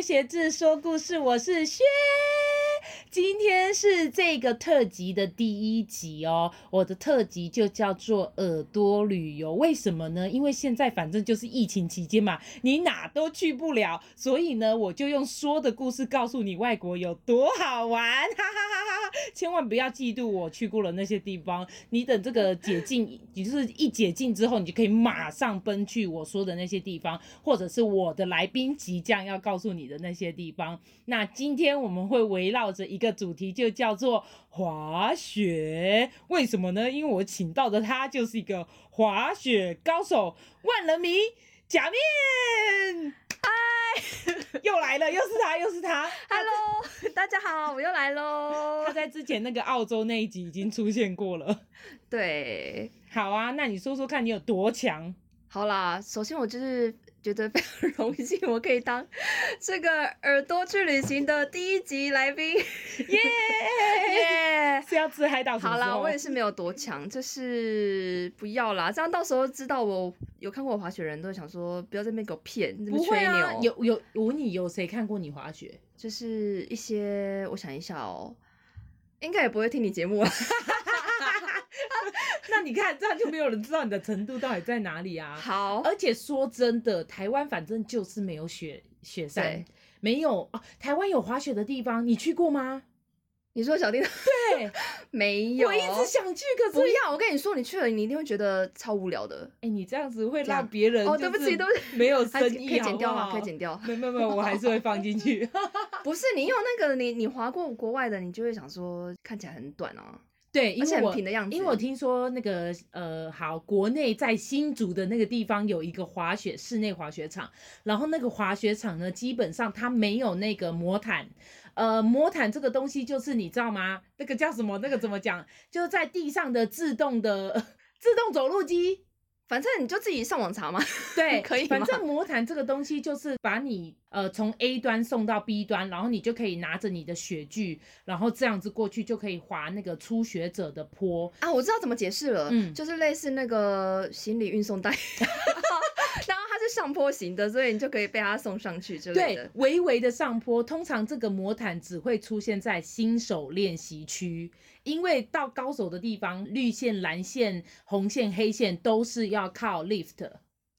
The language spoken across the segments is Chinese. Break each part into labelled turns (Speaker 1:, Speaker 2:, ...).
Speaker 1: 学志说故事，我是薛。今天是这个特辑的第一集哦，我的特辑就叫做耳朵旅游。为什么呢？因为现在反正就是疫情期间嘛，你哪都去不了，所以呢，我就用说的故事告诉你外国有多好玩，哈哈哈哈！千万不要嫉妒我去过了那些地方，你等这个解禁，也就是一解禁之后，你就可以马上奔去我说的那些地方，或者是我的来宾即将要告诉你的那些地方。那今天我们会围绕着一个主题，就叫做滑雪。为什么呢？因为我请到的他就是一个滑雪高手，万人迷假面。嗨，又来了，又是他，又是他。
Speaker 2: Hello，大 家好，我又来喽
Speaker 1: 他。在之前那个澳洲那一集已经出现过了。
Speaker 2: 对，
Speaker 1: 好啊，那你说说看你有多强？
Speaker 2: 好啦，首先我就是觉得非常荣幸，我可以当这个耳朵去旅行的第一集来 宾。
Speaker 1: 耶、
Speaker 2: 耶！
Speaker 1: 是要自嗨到什么
Speaker 2: 好
Speaker 1: 时
Speaker 2: 啦，
Speaker 1: 候？
Speaker 2: 我也是没有多强，就是不要啦，这样到时候知道我有看过我滑雪人都会想说，不要在那边给我骗，你这
Speaker 1: 不
Speaker 2: 边吹
Speaker 1: 会
Speaker 2: 牛。
Speaker 1: 啊，有有我问你有谁看过你滑雪？
Speaker 2: 就是一些，我想一下哦，应该也不会听你节目啊。
Speaker 1: 那你看这样就没有人知道你的程度到底在哪里啊。
Speaker 2: 好，
Speaker 1: 而且说真的，台湾反正就是没有雪雪山
Speaker 2: 对，
Speaker 1: 没有啊。台湾有滑雪的地方，你去过 吗？
Speaker 2: 你说小叮当
Speaker 1: 对，
Speaker 2: 没有？
Speaker 1: 我一直想去，可
Speaker 2: 不
Speaker 1: 是
Speaker 2: 要，我跟你说，你去了，你一定会觉得超无聊的。
Speaker 1: 哎、你这样子会
Speaker 2: 这样
Speaker 1: 让别人
Speaker 2: 哦对不起对不
Speaker 1: 起，没有
Speaker 2: 还
Speaker 1: 生
Speaker 2: 可
Speaker 1: 意
Speaker 2: 以剪掉
Speaker 1: 好不
Speaker 2: 吗？
Speaker 1: 好
Speaker 2: 可以剪掉。
Speaker 1: 没有没有没有，我还是会放进 去。
Speaker 2: 不是你有那个你你滑过国外的，你就会想说看起来很短啊。
Speaker 1: 对，因
Speaker 2: 而且
Speaker 1: 为
Speaker 2: 很
Speaker 1: 我
Speaker 2: 平的样子
Speaker 1: 因为我听说那个呃，好，国内在新竹的那个地方有一个滑雪室内滑雪场，然后那个滑雪场呢，基本上它没有那个魔毯，呃，魔毯这个东西就是你知道吗？那个叫什么？那个怎么讲？就是在地上的自动的自动走路机。
Speaker 2: 反正你就自己上网查嘛。
Speaker 1: 对，
Speaker 2: 可以吗
Speaker 1: 反正魔毯这个东西就是把你呃从 A 端送到 B 端，然后你就可以拿着你的雪具，然后这样子过去就可以滑那个初学者的坡。
Speaker 2: 啊，我知道怎么解释了，
Speaker 1: 嗯
Speaker 2: 就是类似那个行李运 送带， 然后它是上坡型的，所以你就可以被它送上去之类
Speaker 1: 对
Speaker 2: 的。，
Speaker 1: 微微的上坡，通常这个魔毯只会出现在新手练习区，因为到高手的地方，绿线、蓝线、红线、黑线都是要靠 lift。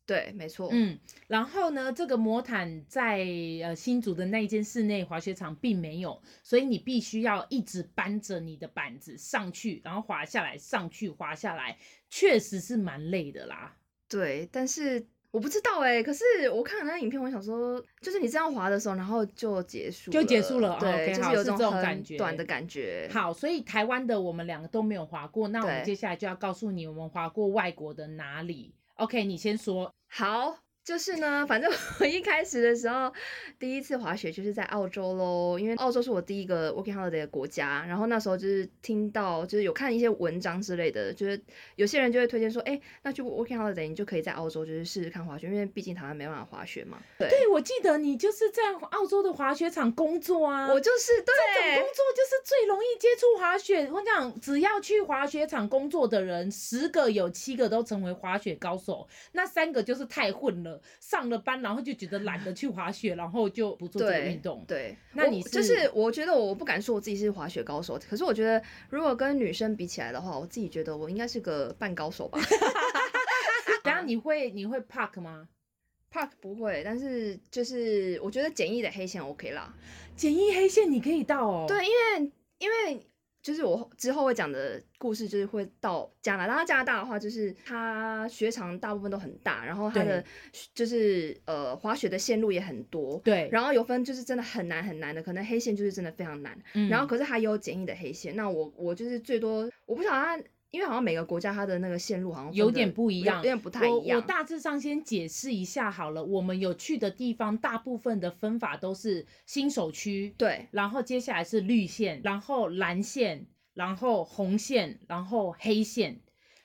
Speaker 2: 对，没错。
Speaker 1: 嗯，然后呢，这个魔毯在呃新竹的那一间室内滑雪场并没有，所以你必须要一直搬着你的板子上去，然后滑下来，上去滑下来，确实是蛮累的啦。
Speaker 2: 对，但是我不知道哎、可是我看了那影片，我想说，就是你这样滑的时候，然后就结束了，
Speaker 1: 就结束了哦
Speaker 2: 对，
Speaker 1: OK，
Speaker 2: 就
Speaker 1: 好
Speaker 2: 是有
Speaker 1: 是
Speaker 2: 种
Speaker 1: 这种
Speaker 2: 很
Speaker 1: 感觉
Speaker 2: 短的感觉。
Speaker 1: 好，所以台湾的我们两个都没有滑过，那我们
Speaker 2: 对
Speaker 1: 接下来就要告诉你我们滑过外国的哪里。OK，你先说。
Speaker 2: 好，就是呢，反正 我一开始的时候，第一次滑雪就是在澳洲喽，因为澳洲是我第一个 working holiday 的国家。然后那时候就是听到，就是有看一些文章之类的，就是有些人就会推荐说，哎、那去 working holiday 你就可以在澳洲就是试试看滑雪，因为毕竟台湾没办法滑雪嘛。对，
Speaker 1: 对，我记得你就是在澳洲的滑雪场工作啊。
Speaker 2: 我就是
Speaker 1: 这种
Speaker 2: 对
Speaker 1: 工，作就是最容易接触滑雪。我讲，只要去滑雪场工作的人，十个有七个都成为滑雪高手，那三个就是太混了，上了班然后就觉得懒得去滑雪，然后就不做这个
Speaker 2: 对
Speaker 1: 运动。
Speaker 2: 对，
Speaker 1: 那
Speaker 2: 我
Speaker 1: 你
Speaker 2: 就是是我觉得我不敢说我自己是滑雪高手，可是我觉得如果跟女生比起来的话，我自己觉得我应该是个半高手吧。
Speaker 1: 然
Speaker 2: 嗯
Speaker 1: 后你会你会 park 吗？
Speaker 2: Park 不会，但是就是我觉得简易的黑线 OK 啦。
Speaker 1: 简易黑线你可以到哦。
Speaker 2: 对，因为因为就是我之后会讲的故事，就是会到加拿大。加拿大的话，就是它雪场大部分都很大，然后它的就是呃滑雪的线路也很多。
Speaker 1: 对，
Speaker 2: 然后有分就是真的很难很难的，可能黑线就是真的非常难。
Speaker 1: 嗯
Speaker 2: 然后可是还有简易的黑线，那我我就是最多我不晓得它，因为好像每个国家它的那个线路好像分
Speaker 1: 有
Speaker 2: 得
Speaker 1: 点不一样
Speaker 2: 有有点不太一
Speaker 1: 我我
Speaker 2: 样。
Speaker 1: 大致上先解释一下好了，我们有去的地方，大部分的分法都是新手区，
Speaker 2: 对
Speaker 1: 然后接下来是绿线，然后蓝线，然后红线，然后黑线。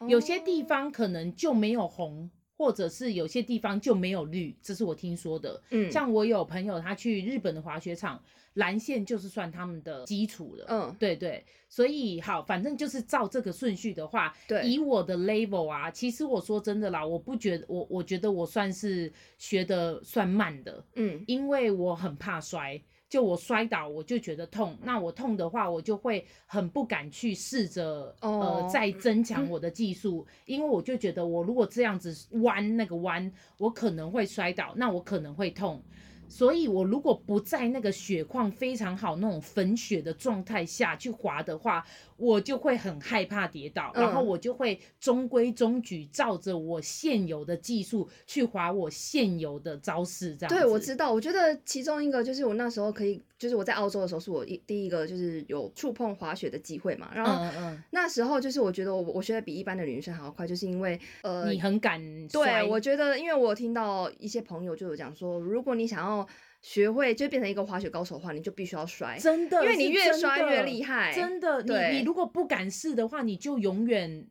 Speaker 1: 有些地
Speaker 2: 哦
Speaker 1: 方可能就没有红或者是有些地方就没有绿，这是我听说的。
Speaker 2: 嗯，
Speaker 1: 像我有朋友他去日本的滑雪场，蓝线就是算他们的基础了。
Speaker 2: 嗯
Speaker 1: 对对，所以好，反正就是照这个顺序的话，
Speaker 2: 对
Speaker 1: 以我的 level 啊，其实我说真的啦，我不觉得我我觉得我算是学的算慢的，
Speaker 2: 嗯
Speaker 1: 因为我很怕摔。就我摔倒，我就觉得痛。那我痛的话，我就会很不敢去试着、
Speaker 2: 哦
Speaker 1: 呃再增强我的技术，因为我就觉得我如果这样子弯那个弯，我可能会摔倒，那我可能会痛。所以，我如果不在那个雪况非常好、那种粉雪的状态下去滑的话，我就会很害怕跌倒，
Speaker 2: 嗯
Speaker 1: 然后我就会中规中矩，照着我现有的技术去滑我现有的招式，这样
Speaker 2: 对，我
Speaker 1: 子
Speaker 2: 知道。我觉得其中一个就是我那时候可以，就是我在澳洲的时候，是我一第一个就是有触碰滑雪的机会嘛。然后
Speaker 1: 嗯嗯
Speaker 2: 那时候就是我觉得我我学的比一般的女生还要快，就是因为呃
Speaker 1: 嗯，你，很敢摔
Speaker 2: 对我觉得，因为我有听到一些朋友就有讲说，如果你想要学会就变成一个滑雪高手的话，你就必须要摔，
Speaker 1: 真的，
Speaker 2: 因为你越摔越厉
Speaker 1: 害。
Speaker 2: 害。
Speaker 1: 真的，
Speaker 2: 对
Speaker 1: 你你如果不敢试的话，你就永远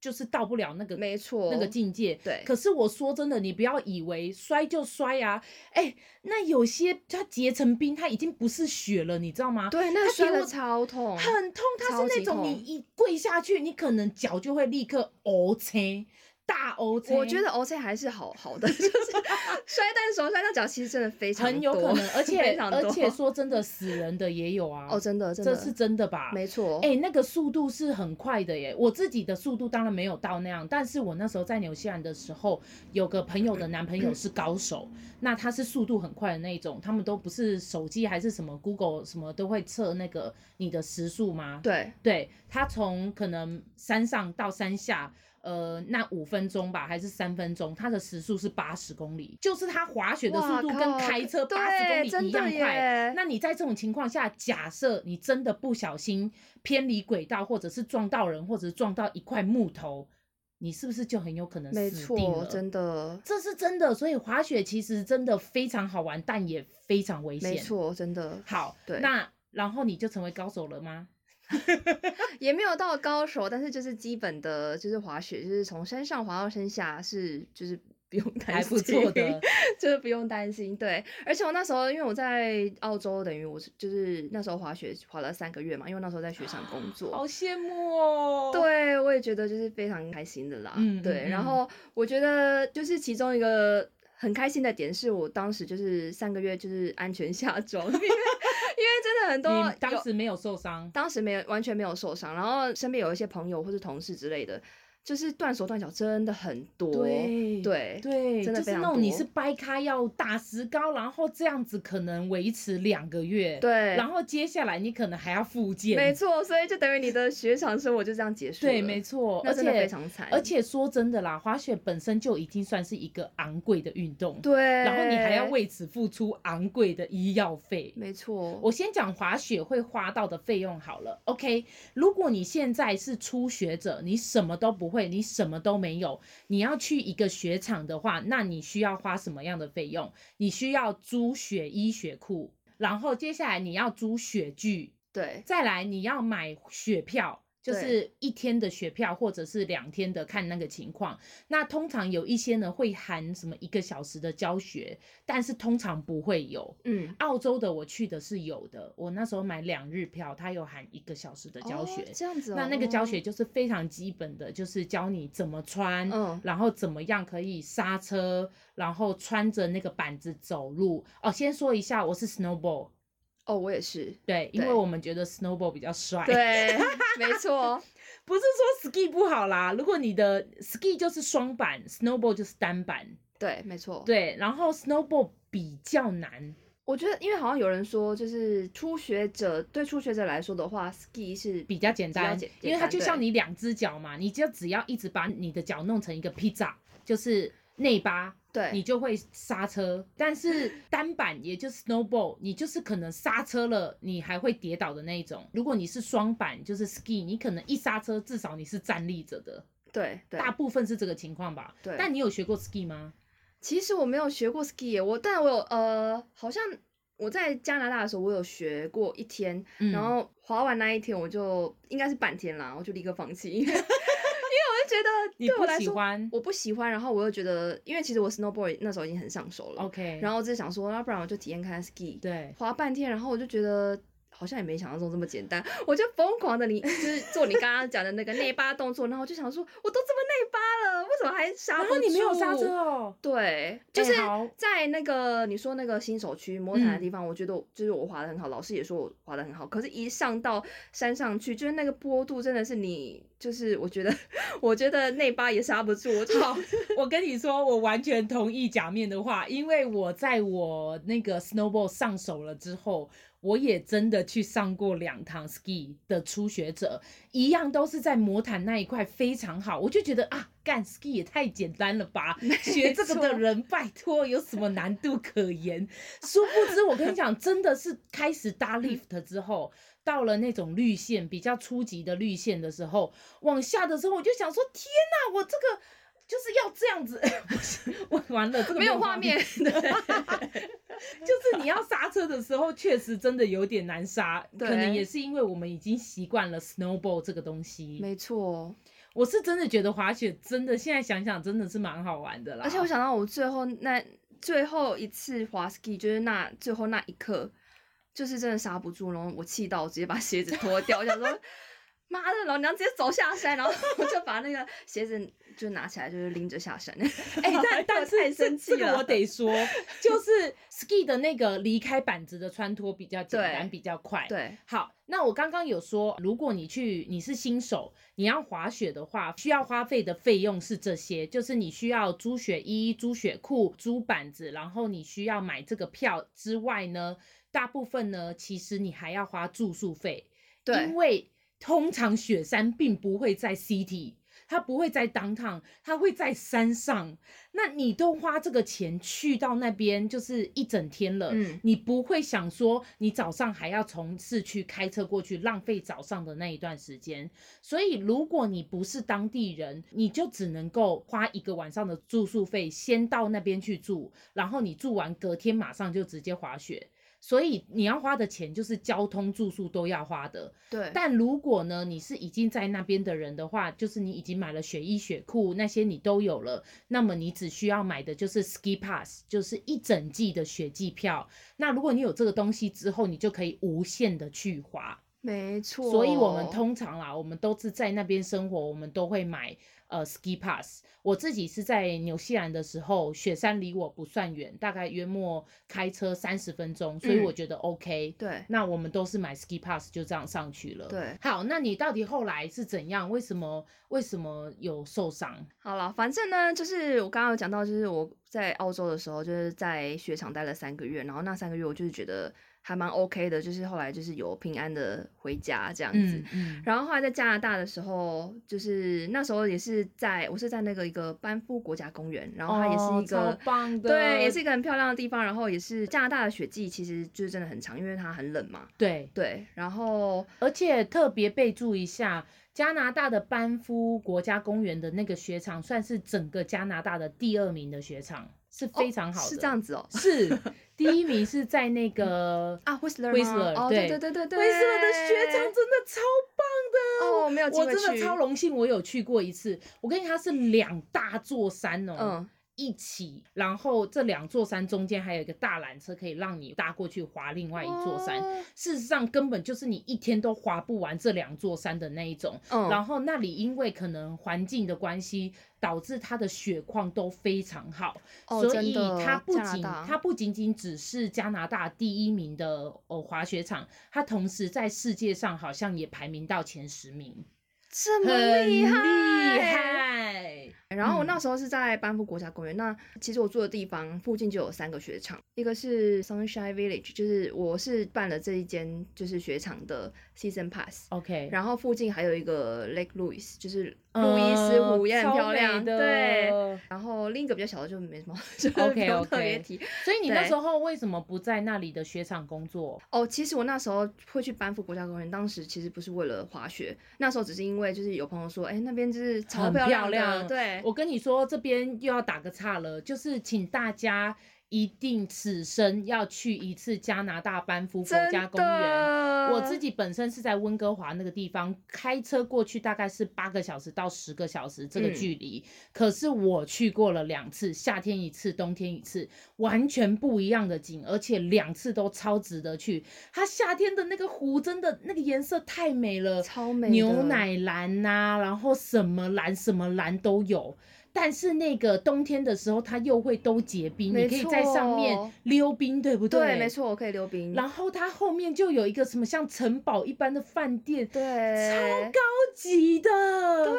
Speaker 1: 就是到不了那个
Speaker 2: 没错，
Speaker 1: 那个境界。
Speaker 2: 对
Speaker 1: 可是我说真的，你不要以为摔就摔啊！哎、那有些它结成冰，它已经不是雪了，你知道吗？
Speaker 2: 对，那
Speaker 1: 他
Speaker 2: 个
Speaker 1: 比
Speaker 2: 摔的
Speaker 1: 我
Speaker 2: 超痛，
Speaker 1: 很痛，它是
Speaker 2: 超
Speaker 1: 那
Speaker 2: 级
Speaker 1: 种你
Speaker 2: 痛
Speaker 1: 一跪下去，你可能脚就会立刻凹切，大凹切。
Speaker 2: 我觉得 O C 还是好好的，就是 摔断手、摔断脚，其实真的非常
Speaker 1: 很有可
Speaker 2: 多
Speaker 1: 能，而且
Speaker 2: 非常
Speaker 1: 而
Speaker 2: 多
Speaker 1: 且说真的，死人的也有啊。
Speaker 2: 哦，真的真
Speaker 1: 这
Speaker 2: 的
Speaker 1: 是真的吧？
Speaker 2: 没错，
Speaker 1: 哎、那个速度是很快的耶！我自己的速度当然没有到那样，但是我那时候在纽西兰的时候，有个朋友的男朋友是高手，那他是速度很快的那一种，他们都不是手机还是什么 Google 什么都会测那个你的时速吗？
Speaker 2: 对，
Speaker 1: 对他从可能山上到山下，呃，那五分钟吧，还是三分钟，他的时速是八十公里，就是他滑雪的速度
Speaker 2: 哇
Speaker 1: 跟
Speaker 2: 靠
Speaker 1: 开车
Speaker 2: 对
Speaker 1: 八十公里
Speaker 2: 真
Speaker 1: 一样
Speaker 2: 的耶
Speaker 1: 快。那你在这种情况下，假设你真的不小心偏离轨道，或者是撞到人，或者是撞到一块木头，你是不是就很有可能
Speaker 2: 没
Speaker 1: 死定
Speaker 2: 错，
Speaker 1: 了？
Speaker 2: 真的，
Speaker 1: 这是真的，所以滑雪其实真的非常好玩，但也非常危
Speaker 2: 没
Speaker 1: 险。
Speaker 2: 错，真的
Speaker 1: 好，
Speaker 2: 对
Speaker 1: 那然后你就成为高手了 吗？
Speaker 2: 也没有到高手，但是就是基本的，就是滑雪，就是从山上滑到山下是就是。不用担
Speaker 1: 还
Speaker 2: 心，
Speaker 1: 不错的，
Speaker 2: 就是不用担心。对，而且我那时候因为我在澳洲，等于我是就是那时候滑雪滑了三个月嘛，因为我那时候在雪场工作，
Speaker 1: 啊好羡慕哦。，
Speaker 2: 对，我也觉得就是非常开心的啦。
Speaker 1: 嗯
Speaker 2: 对。
Speaker 1: 嗯
Speaker 2: 然
Speaker 1: 嗯
Speaker 2: 后我觉得就是其中一个很开心的点是我当时就是三个月就是安全下装，因为因 为真的很多
Speaker 1: 你
Speaker 2: 有
Speaker 1: 当时没有受伤，
Speaker 2: 当时没有完全没有受伤，然后身边有一些朋友或是同事之类的，就是断手断脚真的很多。对
Speaker 1: 对，
Speaker 2: 真的
Speaker 1: 就是
Speaker 2: 非常
Speaker 1: 那种你
Speaker 2: 多
Speaker 1: 是掰开要打石膏，然后这样子可能维持两个月，，
Speaker 2: 对
Speaker 1: 然后接下来你可能还要复健，
Speaker 2: 没错，所以就等于你的雪场生活就这样结束了。
Speaker 1: 对，没
Speaker 2: 错，
Speaker 1: 错，
Speaker 2: 那
Speaker 1: 而
Speaker 2: 真的非
Speaker 1: 且
Speaker 2: 常惨。
Speaker 1: 而且说真的啦，滑雪本身就已经算是一个昂贵的运动，
Speaker 2: 对，
Speaker 1: 然
Speaker 2: 然
Speaker 1: 后你还要为此付出昂贵的医药费，
Speaker 2: 没错，
Speaker 1: 我先讲滑雪会花到的费用好了。OK，如果你现在是初学者，你什么都不会，你什么都没有，你要去一个雪场的话，那你需要花什么样的费用？你需要租雪衣、雪裤，然后接下来你要租雪具，
Speaker 2: 对
Speaker 1: 再来你要买雪票。就
Speaker 2: 对
Speaker 1: 是一天的雪票，或者是两天的，看那个情况。那通常有一些呢会含什么一个小时的教学，但是通常不会有。
Speaker 2: 嗯，
Speaker 1: 澳洲的我去的是有的，我那时候买两日票，它有含一个小时的教
Speaker 2: 哦
Speaker 1: 学。
Speaker 2: 这样子哦，
Speaker 1: 那那个教学就是非常基本的，就是教你怎么穿，
Speaker 2: 嗯
Speaker 1: 然后怎么样可以刹车，然后穿着那个板子走路。哦，先说一下，我是 snowball，
Speaker 2: 哦，我也是。
Speaker 1: 对，因为
Speaker 2: 对
Speaker 1: 我们觉得 snowball 比较帅。，
Speaker 2: 对，没错，
Speaker 1: 不是说 ski 不好啦，如果你的 ski 就是双板，snowball 就是单板。
Speaker 2: 对，没错。，
Speaker 1: 对，然后 snowball 比较难，
Speaker 2: 我觉得因为好像有人说，就是初学者对初学者来说的话，ski 是
Speaker 1: 比较简单，
Speaker 2: 简
Speaker 1: 因为它就像
Speaker 2: 你
Speaker 1: 你两只脚嘛，你就只要一直把你的脚弄成一个披萨，就是内八，
Speaker 2: 对
Speaker 1: 你就会刹车。但是单板也就是 snowball，你就是可能刹车了，你还会跌倒的那一种。如果你是双板，就是 ski，你可能一刹车至少你是站立着的，
Speaker 2: 对对
Speaker 1: 大部分是这个情况吧。
Speaker 2: 对
Speaker 1: 但你有学过 ski 吗？
Speaker 2: 其实我没有学过 ski，耶我但我有呃，好像我在加拿大的时候，我有学过一天，
Speaker 1: 嗯
Speaker 2: 然后滑完那一天，我就应该是半天啦，我就立刻放弃，因为因为我就觉觉得
Speaker 1: 你
Speaker 2: 对我
Speaker 1: 不
Speaker 2: 来
Speaker 1: 喜
Speaker 2: 说
Speaker 1: 欢
Speaker 2: 我不喜欢，然后我又觉得，因为其实我 snowboard 那时候已经很上手了
Speaker 1: ？OK，
Speaker 2: 然
Speaker 1: 后
Speaker 2: 后我就想说，要不然我就体验看看 ski，
Speaker 1: 对，
Speaker 2: 滑半天，然后我就觉得。好像也没想象中这么简单，我就疯狂的你就是做你刚刚讲的那个内八动作，然后我就想说，我都这么内八了，为什么还刹
Speaker 1: 然
Speaker 2: 不
Speaker 1: 后你没有刹
Speaker 2: 住
Speaker 1: 车哦，
Speaker 2: 对，就是
Speaker 1: 哎好
Speaker 2: 在那个你说那个新手区摸塔的地方，我觉得我就是我滑的很好，老师也说我滑的很好。可是，一上到山上去，就是那个坡度真的是你，就是我觉得，我觉得内八也刹不住，我就
Speaker 1: 好，我跟你说，我完全同意假面的话，因为我在我那个 snowball 上手了之后，我也真的去上过两堂 ski 的初学者，一样都是在魔毯那一块非常好，我就觉得啊，干 ski 也太简单了吧，学这个的人拜托有什么难度可言？殊不知，我跟你讲，真的是开始搭 lift 之后。到了那种绿线比较初级的绿线的时候，往下的时候，我就想说：天哪，我这个就是要这样子， 不是我完了，这个
Speaker 2: 没有画
Speaker 1: 画
Speaker 2: 面，对，
Speaker 1: 就是你要刹车的时候，确实真的有点难刹，
Speaker 2: 对
Speaker 1: 可能也是因为我们已经习惯了 snowball 这个东西。
Speaker 2: 没错。
Speaker 1: 我是真的觉得滑雪真的，现在想想真的是蛮好玩的啦。
Speaker 2: 而且我想到我最后那最后一次滑 ski，就是那最后那一刻，就是真的刹不住，然后我气到我直接把鞋子脱掉，我想说。妈的，老娘直接走下山，然后 我就把那个鞋子就拿起来，就是拎着下山。
Speaker 1: 哎、但但是
Speaker 2: 太生气
Speaker 1: 这这个
Speaker 2: 了
Speaker 1: 我得 说，就是 ski 的那个离开板子的穿脱比较简单，
Speaker 2: 对
Speaker 1: 比较快。
Speaker 2: 对，
Speaker 1: 好，那我刚刚有说，如果你去你是新手，你要滑雪的话，需要花费的费用是这些，就是你需要租雪衣、租雪裤、租板子，然后你需要买这个票之外呢，大部分呢，其实你还要花住宿费，因
Speaker 2: 对，
Speaker 1: 为通常雪山并不会在 city。它不会在 downtown，它会在山上。那你都花这个钱去到那边，就是一整天了。
Speaker 2: 嗯，
Speaker 1: 你不会想说你早上还要从市区开车过去，浪费早上的那一段时间。所以，如果你不是当地人，你就只能够花一个晚上的住宿费，先到那边去住，然后你住完隔天马上就直接滑雪。所以你要花的钱就是交通、住宿都要花的。
Speaker 2: 对，
Speaker 1: 但如果呢，你是已经在那边的人的话，就是你已经买了雪衣、雪裤那些你都有了，那么你只需要买的就是 ski pass，就是一整季的雪季票。那如果你有这个东西之后，你就可以无限的去滑。
Speaker 2: 没错。
Speaker 1: 所以
Speaker 2: 哦
Speaker 1: 我们通常啦，我们都是在那边生活，我们都会买呃 ski pass。我自己是在纽西兰的时候，雪山离我不算远，大概约莫开车三十分钟，所以
Speaker 2: 嗯
Speaker 1: 我觉得 OK。
Speaker 2: 对
Speaker 1: 那我们都是买 ski pass 就这样上去了。
Speaker 2: 对，
Speaker 1: 好，那你到底后来是怎样？为什么为什么有受伤？
Speaker 2: 好了，反正呢，就是我刚刚有讲到，就是我在澳洲的时候，就是在雪场待了三个月，然后那三个月我就是觉得还蛮 OK 的，就是后来就是有平安的回家这样子。
Speaker 1: 嗯，
Speaker 2: 然后后来在加拿大的时候，就是那时候也是在我是在那个一个班夫国家公园，然后它也是一个、
Speaker 1: 哦超棒的，
Speaker 2: 对，也是一个很漂亮的地方。然后也是加拿大的雪季其实就是真的很长，因为它很冷嘛。
Speaker 1: 对，
Speaker 2: 对，然后
Speaker 1: 而且特别备注一下，加拿大的班夫国家公园的那个雪场算是整个加拿大的第二名的雪场，是非常好的，
Speaker 2: 哦是这样子哦。
Speaker 1: 是第一名是在那个。
Speaker 2: 啊，Whistler 吗
Speaker 1: Whistler，
Speaker 2: 哦，
Speaker 1: 对
Speaker 2: 对对对对，
Speaker 1: 威斯勒的雪场真的超棒的，
Speaker 2: 哦，没有机
Speaker 1: 我
Speaker 2: 会
Speaker 1: 真的
Speaker 2: 去
Speaker 1: 超荣幸，我有去过一次。我跟你讲，它是两大座山哦，
Speaker 2: 嗯，
Speaker 1: 一起，然后这两座山中间还有一个大缆车，可以让你搭过去滑另外一座山。
Speaker 2: 哦，
Speaker 1: 事实上，根本就是你一天都滑不完这两座山的那一种。
Speaker 2: 嗯，
Speaker 1: 然后那里因为可能环境的关系，导致它的雪况都非常好，
Speaker 2: 哦
Speaker 1: 所
Speaker 2: 真
Speaker 1: 以
Speaker 2: 的
Speaker 1: 它不
Speaker 2: 加拿
Speaker 1: 仅
Speaker 2: 大
Speaker 1: 它不仅仅只是加拿大第一名的呃滑雪场，它同时在世界上好像也排名到前十名，
Speaker 2: 这么
Speaker 1: 很
Speaker 2: 厉害，
Speaker 1: 厉害。
Speaker 2: 然后我
Speaker 1: 嗯
Speaker 2: 那时候是在班夫国家公园，那其实我住的地方附近就有三个雪场，一个是 Sunshine Village，就是我是办了这一间就是雪场的 Season Pass，
Speaker 1: OK，
Speaker 2: 然后附近还有一个 Lake Louis，就是路易斯湖也很
Speaker 1: 嗯超
Speaker 2: 漂亮，
Speaker 1: 美的
Speaker 2: 对。。然后另一个比较小的就没什么， 就是不
Speaker 1: OK，OK
Speaker 2: 用特别提。
Speaker 1: 所以你那
Speaker 2: 对
Speaker 1: 时候为什么不在那里的雪场工作？
Speaker 2: 哦，其实我那时候会去班夫国家公园，当时其实不是为了滑雪，那时候只是因为就是有朋友说，哎，那边就是超
Speaker 1: 很
Speaker 2: 漂
Speaker 1: 漂
Speaker 2: 亮的，
Speaker 1: 亮
Speaker 2: 对，
Speaker 1: 我跟你说，这边又要打个岔了，就是请大家。一定此生要去一次加拿大班夫国
Speaker 2: 真
Speaker 1: 家
Speaker 2: 的，
Speaker 1: 公园。我
Speaker 2: 嗯
Speaker 1: 自己本身是在温哥华那个地方，开车过去大概是八个小时到十个小时这个
Speaker 2: 嗯
Speaker 1: 距离。可是我去过了两次，夏天一次，冬天一次，完全不一样的景，而且两次都超值得去。它夏天的那个湖真的那个颜色太美了，
Speaker 2: 超美的，
Speaker 1: 牛奶蓝呐、然后什么蓝什么蓝都有。但是那个冬天的时候，它又会都结冰，你
Speaker 2: 没
Speaker 1: 可以在上面
Speaker 2: 错
Speaker 1: 溜冰，对不
Speaker 2: 对，
Speaker 1: 对，
Speaker 2: 没。错，我可以溜冰，
Speaker 1: 然后它后面就有一个什么像城堡一般的饭店，
Speaker 2: 对，
Speaker 1: 超高级的。对，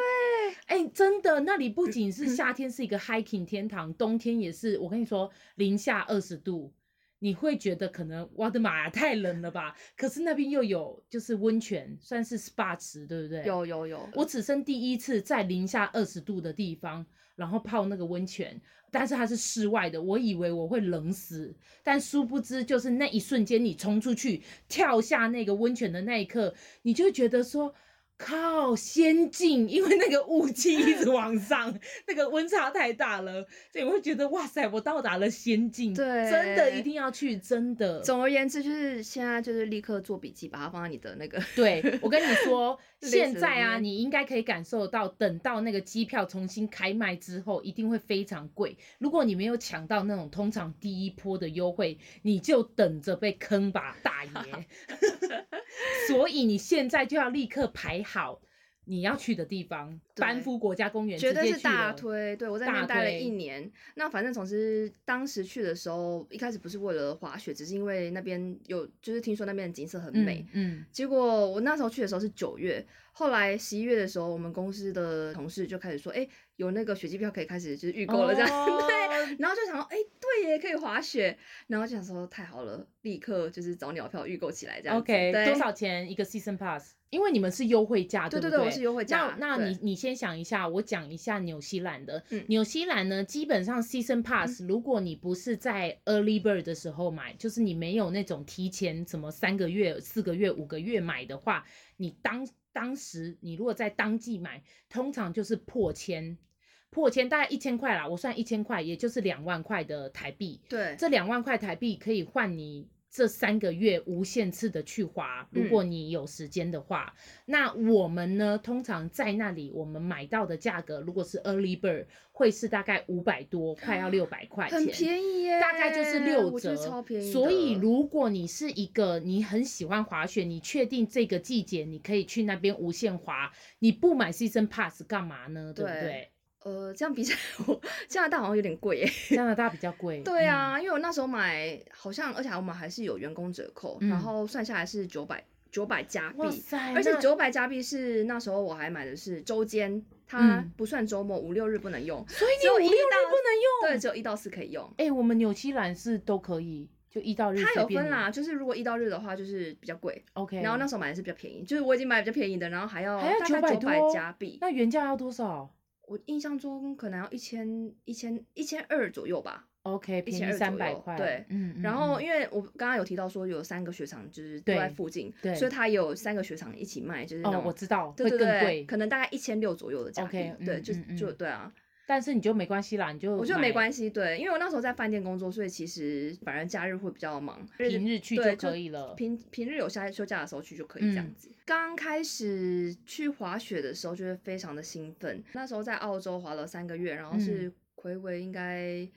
Speaker 1: 哎、真的，那里不仅是夏天是一个 hiking 天堂，冬天也是。我跟你说，零下二十度，你会觉得可能我的妈呀，太冷了吧？可是那边又有就是温泉，算是 SPA 池，对不对？。
Speaker 2: 有有有，
Speaker 1: 我此生第一次在零下二十度的地方，然后泡那个温泉，但是它是室外的，我以为我会冷死，但殊不知就是那一瞬间，你冲出去跳下那个温泉的那一刻，你就会觉得说。靠，先进，因为那个雾气一直往上，那个温差太大了，所以我会觉得哇塞，我到达了仙境，
Speaker 2: 对
Speaker 1: 真的一定要去，真的。
Speaker 2: 总而言之，就是现在就是立刻做笔记，把它放在你的那个
Speaker 1: 对，我跟你说，
Speaker 2: 类
Speaker 1: 现
Speaker 2: 似的
Speaker 1: 在啊，
Speaker 2: 东西
Speaker 1: 你应该可以感受到，等到那个机票重新开卖之后，一定会非常贵。如果你没有抢到那种通常第一波的优惠，你就等着被坑吧， 大爷。 所以你现在就要立刻排好你要去的地方，
Speaker 2: 对
Speaker 1: 班夫国家公园
Speaker 2: 绝
Speaker 1: 直
Speaker 2: 对
Speaker 1: 接
Speaker 2: 是
Speaker 1: 去了
Speaker 2: 大推。对我在那边
Speaker 1: 大
Speaker 2: 待了
Speaker 1: 推
Speaker 2: 一年，那反正总之当时去的时候，一开始不是为了滑雪，只是因为那边有，就是听说那边的景色很美。
Speaker 1: 嗯，
Speaker 2: 结果我那时候去的时候是九月，后来十一月的时候，我们公司的同事就开始说，哎、有那个雪季票可以开始就是预
Speaker 1: 嗯
Speaker 2: 购了这样， 对。
Speaker 1: 对，
Speaker 2: 然后就想说，哎、对耶，可以滑雪。然后就想说，太好了，立刻就是找鸟票预购起来这样子。
Speaker 1: OK，
Speaker 2: 对
Speaker 1: 多？少钱一个 season pass？因为你们是优惠价，
Speaker 2: 对
Speaker 1: 不
Speaker 2: 对
Speaker 1: 对
Speaker 2: 对，我是优惠价。
Speaker 1: 那那
Speaker 2: 对
Speaker 1: 你你先想一下，我讲一下纽西兰的。
Speaker 2: 嗯
Speaker 1: 纽西兰呢，基本上 season pass，、如果你不是在 early bird 的时候买，就是你没有那种提前什么三个月、四个月、五个月买的话，你当当时你如果在当季买，通常就是破千。破千大概一千块啦，我算一千块，也就是两万块的台币。
Speaker 2: 对
Speaker 1: 这两万块台币可以换你这三个月无限次的去滑，
Speaker 2: 嗯
Speaker 1: 如果你有时间的话。那我们呢，通常在那里我们买到的价格，如果是 early bird，会是大概五百多，快要六百块钱，
Speaker 2: 很便宜耶，
Speaker 1: 大概就是六
Speaker 2: 我觉
Speaker 1: 折，
Speaker 2: 得超便宜的。
Speaker 1: 所以如果你是一个你很喜欢滑雪，你确定这个季节你可以去那边无限滑，你不买 season pass 干嘛呢？对不
Speaker 2: 对
Speaker 1: 对？
Speaker 2: 呃，这样比起来，我加拿大好像有点贵耶。
Speaker 1: 加拿大比较贵。
Speaker 2: 对
Speaker 1: 嗯，
Speaker 2: 啊，因为我那时候买，好像而且我们还是有员工折扣，
Speaker 1: 嗯
Speaker 2: 然后算下来是九百九百加币
Speaker 1: 哇。塞，
Speaker 2: 而且
Speaker 1: 哎那
Speaker 2: 九百加币是那时候我还买的是周间，它
Speaker 1: 嗯
Speaker 2: 不算周末，五六日不能用，
Speaker 1: 所以
Speaker 2: 只
Speaker 1: 你
Speaker 2: 有
Speaker 1: 五
Speaker 2: 一
Speaker 1: 六日
Speaker 2: 到
Speaker 1: 不能用。
Speaker 2: 对，只有一到四可以用。
Speaker 1: 哎、我们纽西兰是都可以，就一到日
Speaker 2: 它
Speaker 1: 随
Speaker 2: 有
Speaker 1: 便
Speaker 2: 分
Speaker 1: 你
Speaker 2: 啦，就是如果一到日的话就是比较贵，
Speaker 1: ，OK。
Speaker 2: 然后那时候买的是比较便宜，就是我已经买比较便宜的，然后还要
Speaker 1: 还要
Speaker 2: 大概
Speaker 1: 900
Speaker 2: 九百
Speaker 1: 多
Speaker 2: 加币，
Speaker 1: 那原价要多少
Speaker 2: 我印象中可能要一千一千一千二左右吧。
Speaker 1: ？OK，便宜
Speaker 2: 1200
Speaker 1: 三百
Speaker 2: 左右
Speaker 1: 块。
Speaker 2: 对
Speaker 1: 嗯，嗯
Speaker 2: 然后，
Speaker 1: 嗯
Speaker 2: 因为我刚刚有提到说有三个雪场，就是都
Speaker 1: 对
Speaker 2: 在附近，
Speaker 1: 对
Speaker 2: 所以它有三个雪场一起卖，就是那
Speaker 1: 哦，
Speaker 2: 种，
Speaker 1: 我知道
Speaker 2: 对对
Speaker 1: 会更
Speaker 2: 对，
Speaker 1: 贵，
Speaker 2: 可能大概一千六左右的价格
Speaker 1: OK，
Speaker 2: 对，
Speaker 1: 嗯
Speaker 2: 就
Speaker 1: 嗯嗯
Speaker 2: 就对啊，
Speaker 1: 但是你就没关系啦，你就
Speaker 2: 我觉得没关系，对，因为我那时候在饭店工作，所以其实反正假日会比较忙，
Speaker 1: 平日去
Speaker 2: 对
Speaker 1: 就
Speaker 2: 就
Speaker 1: 可以了。
Speaker 2: 平平日有下休假的时候去就可以这
Speaker 1: 嗯
Speaker 2: 样子。刚开始去滑雪的时候，就会非常的兴奋。那时候在澳洲滑了三个月，然后是
Speaker 1: 嗯
Speaker 2: 回违应该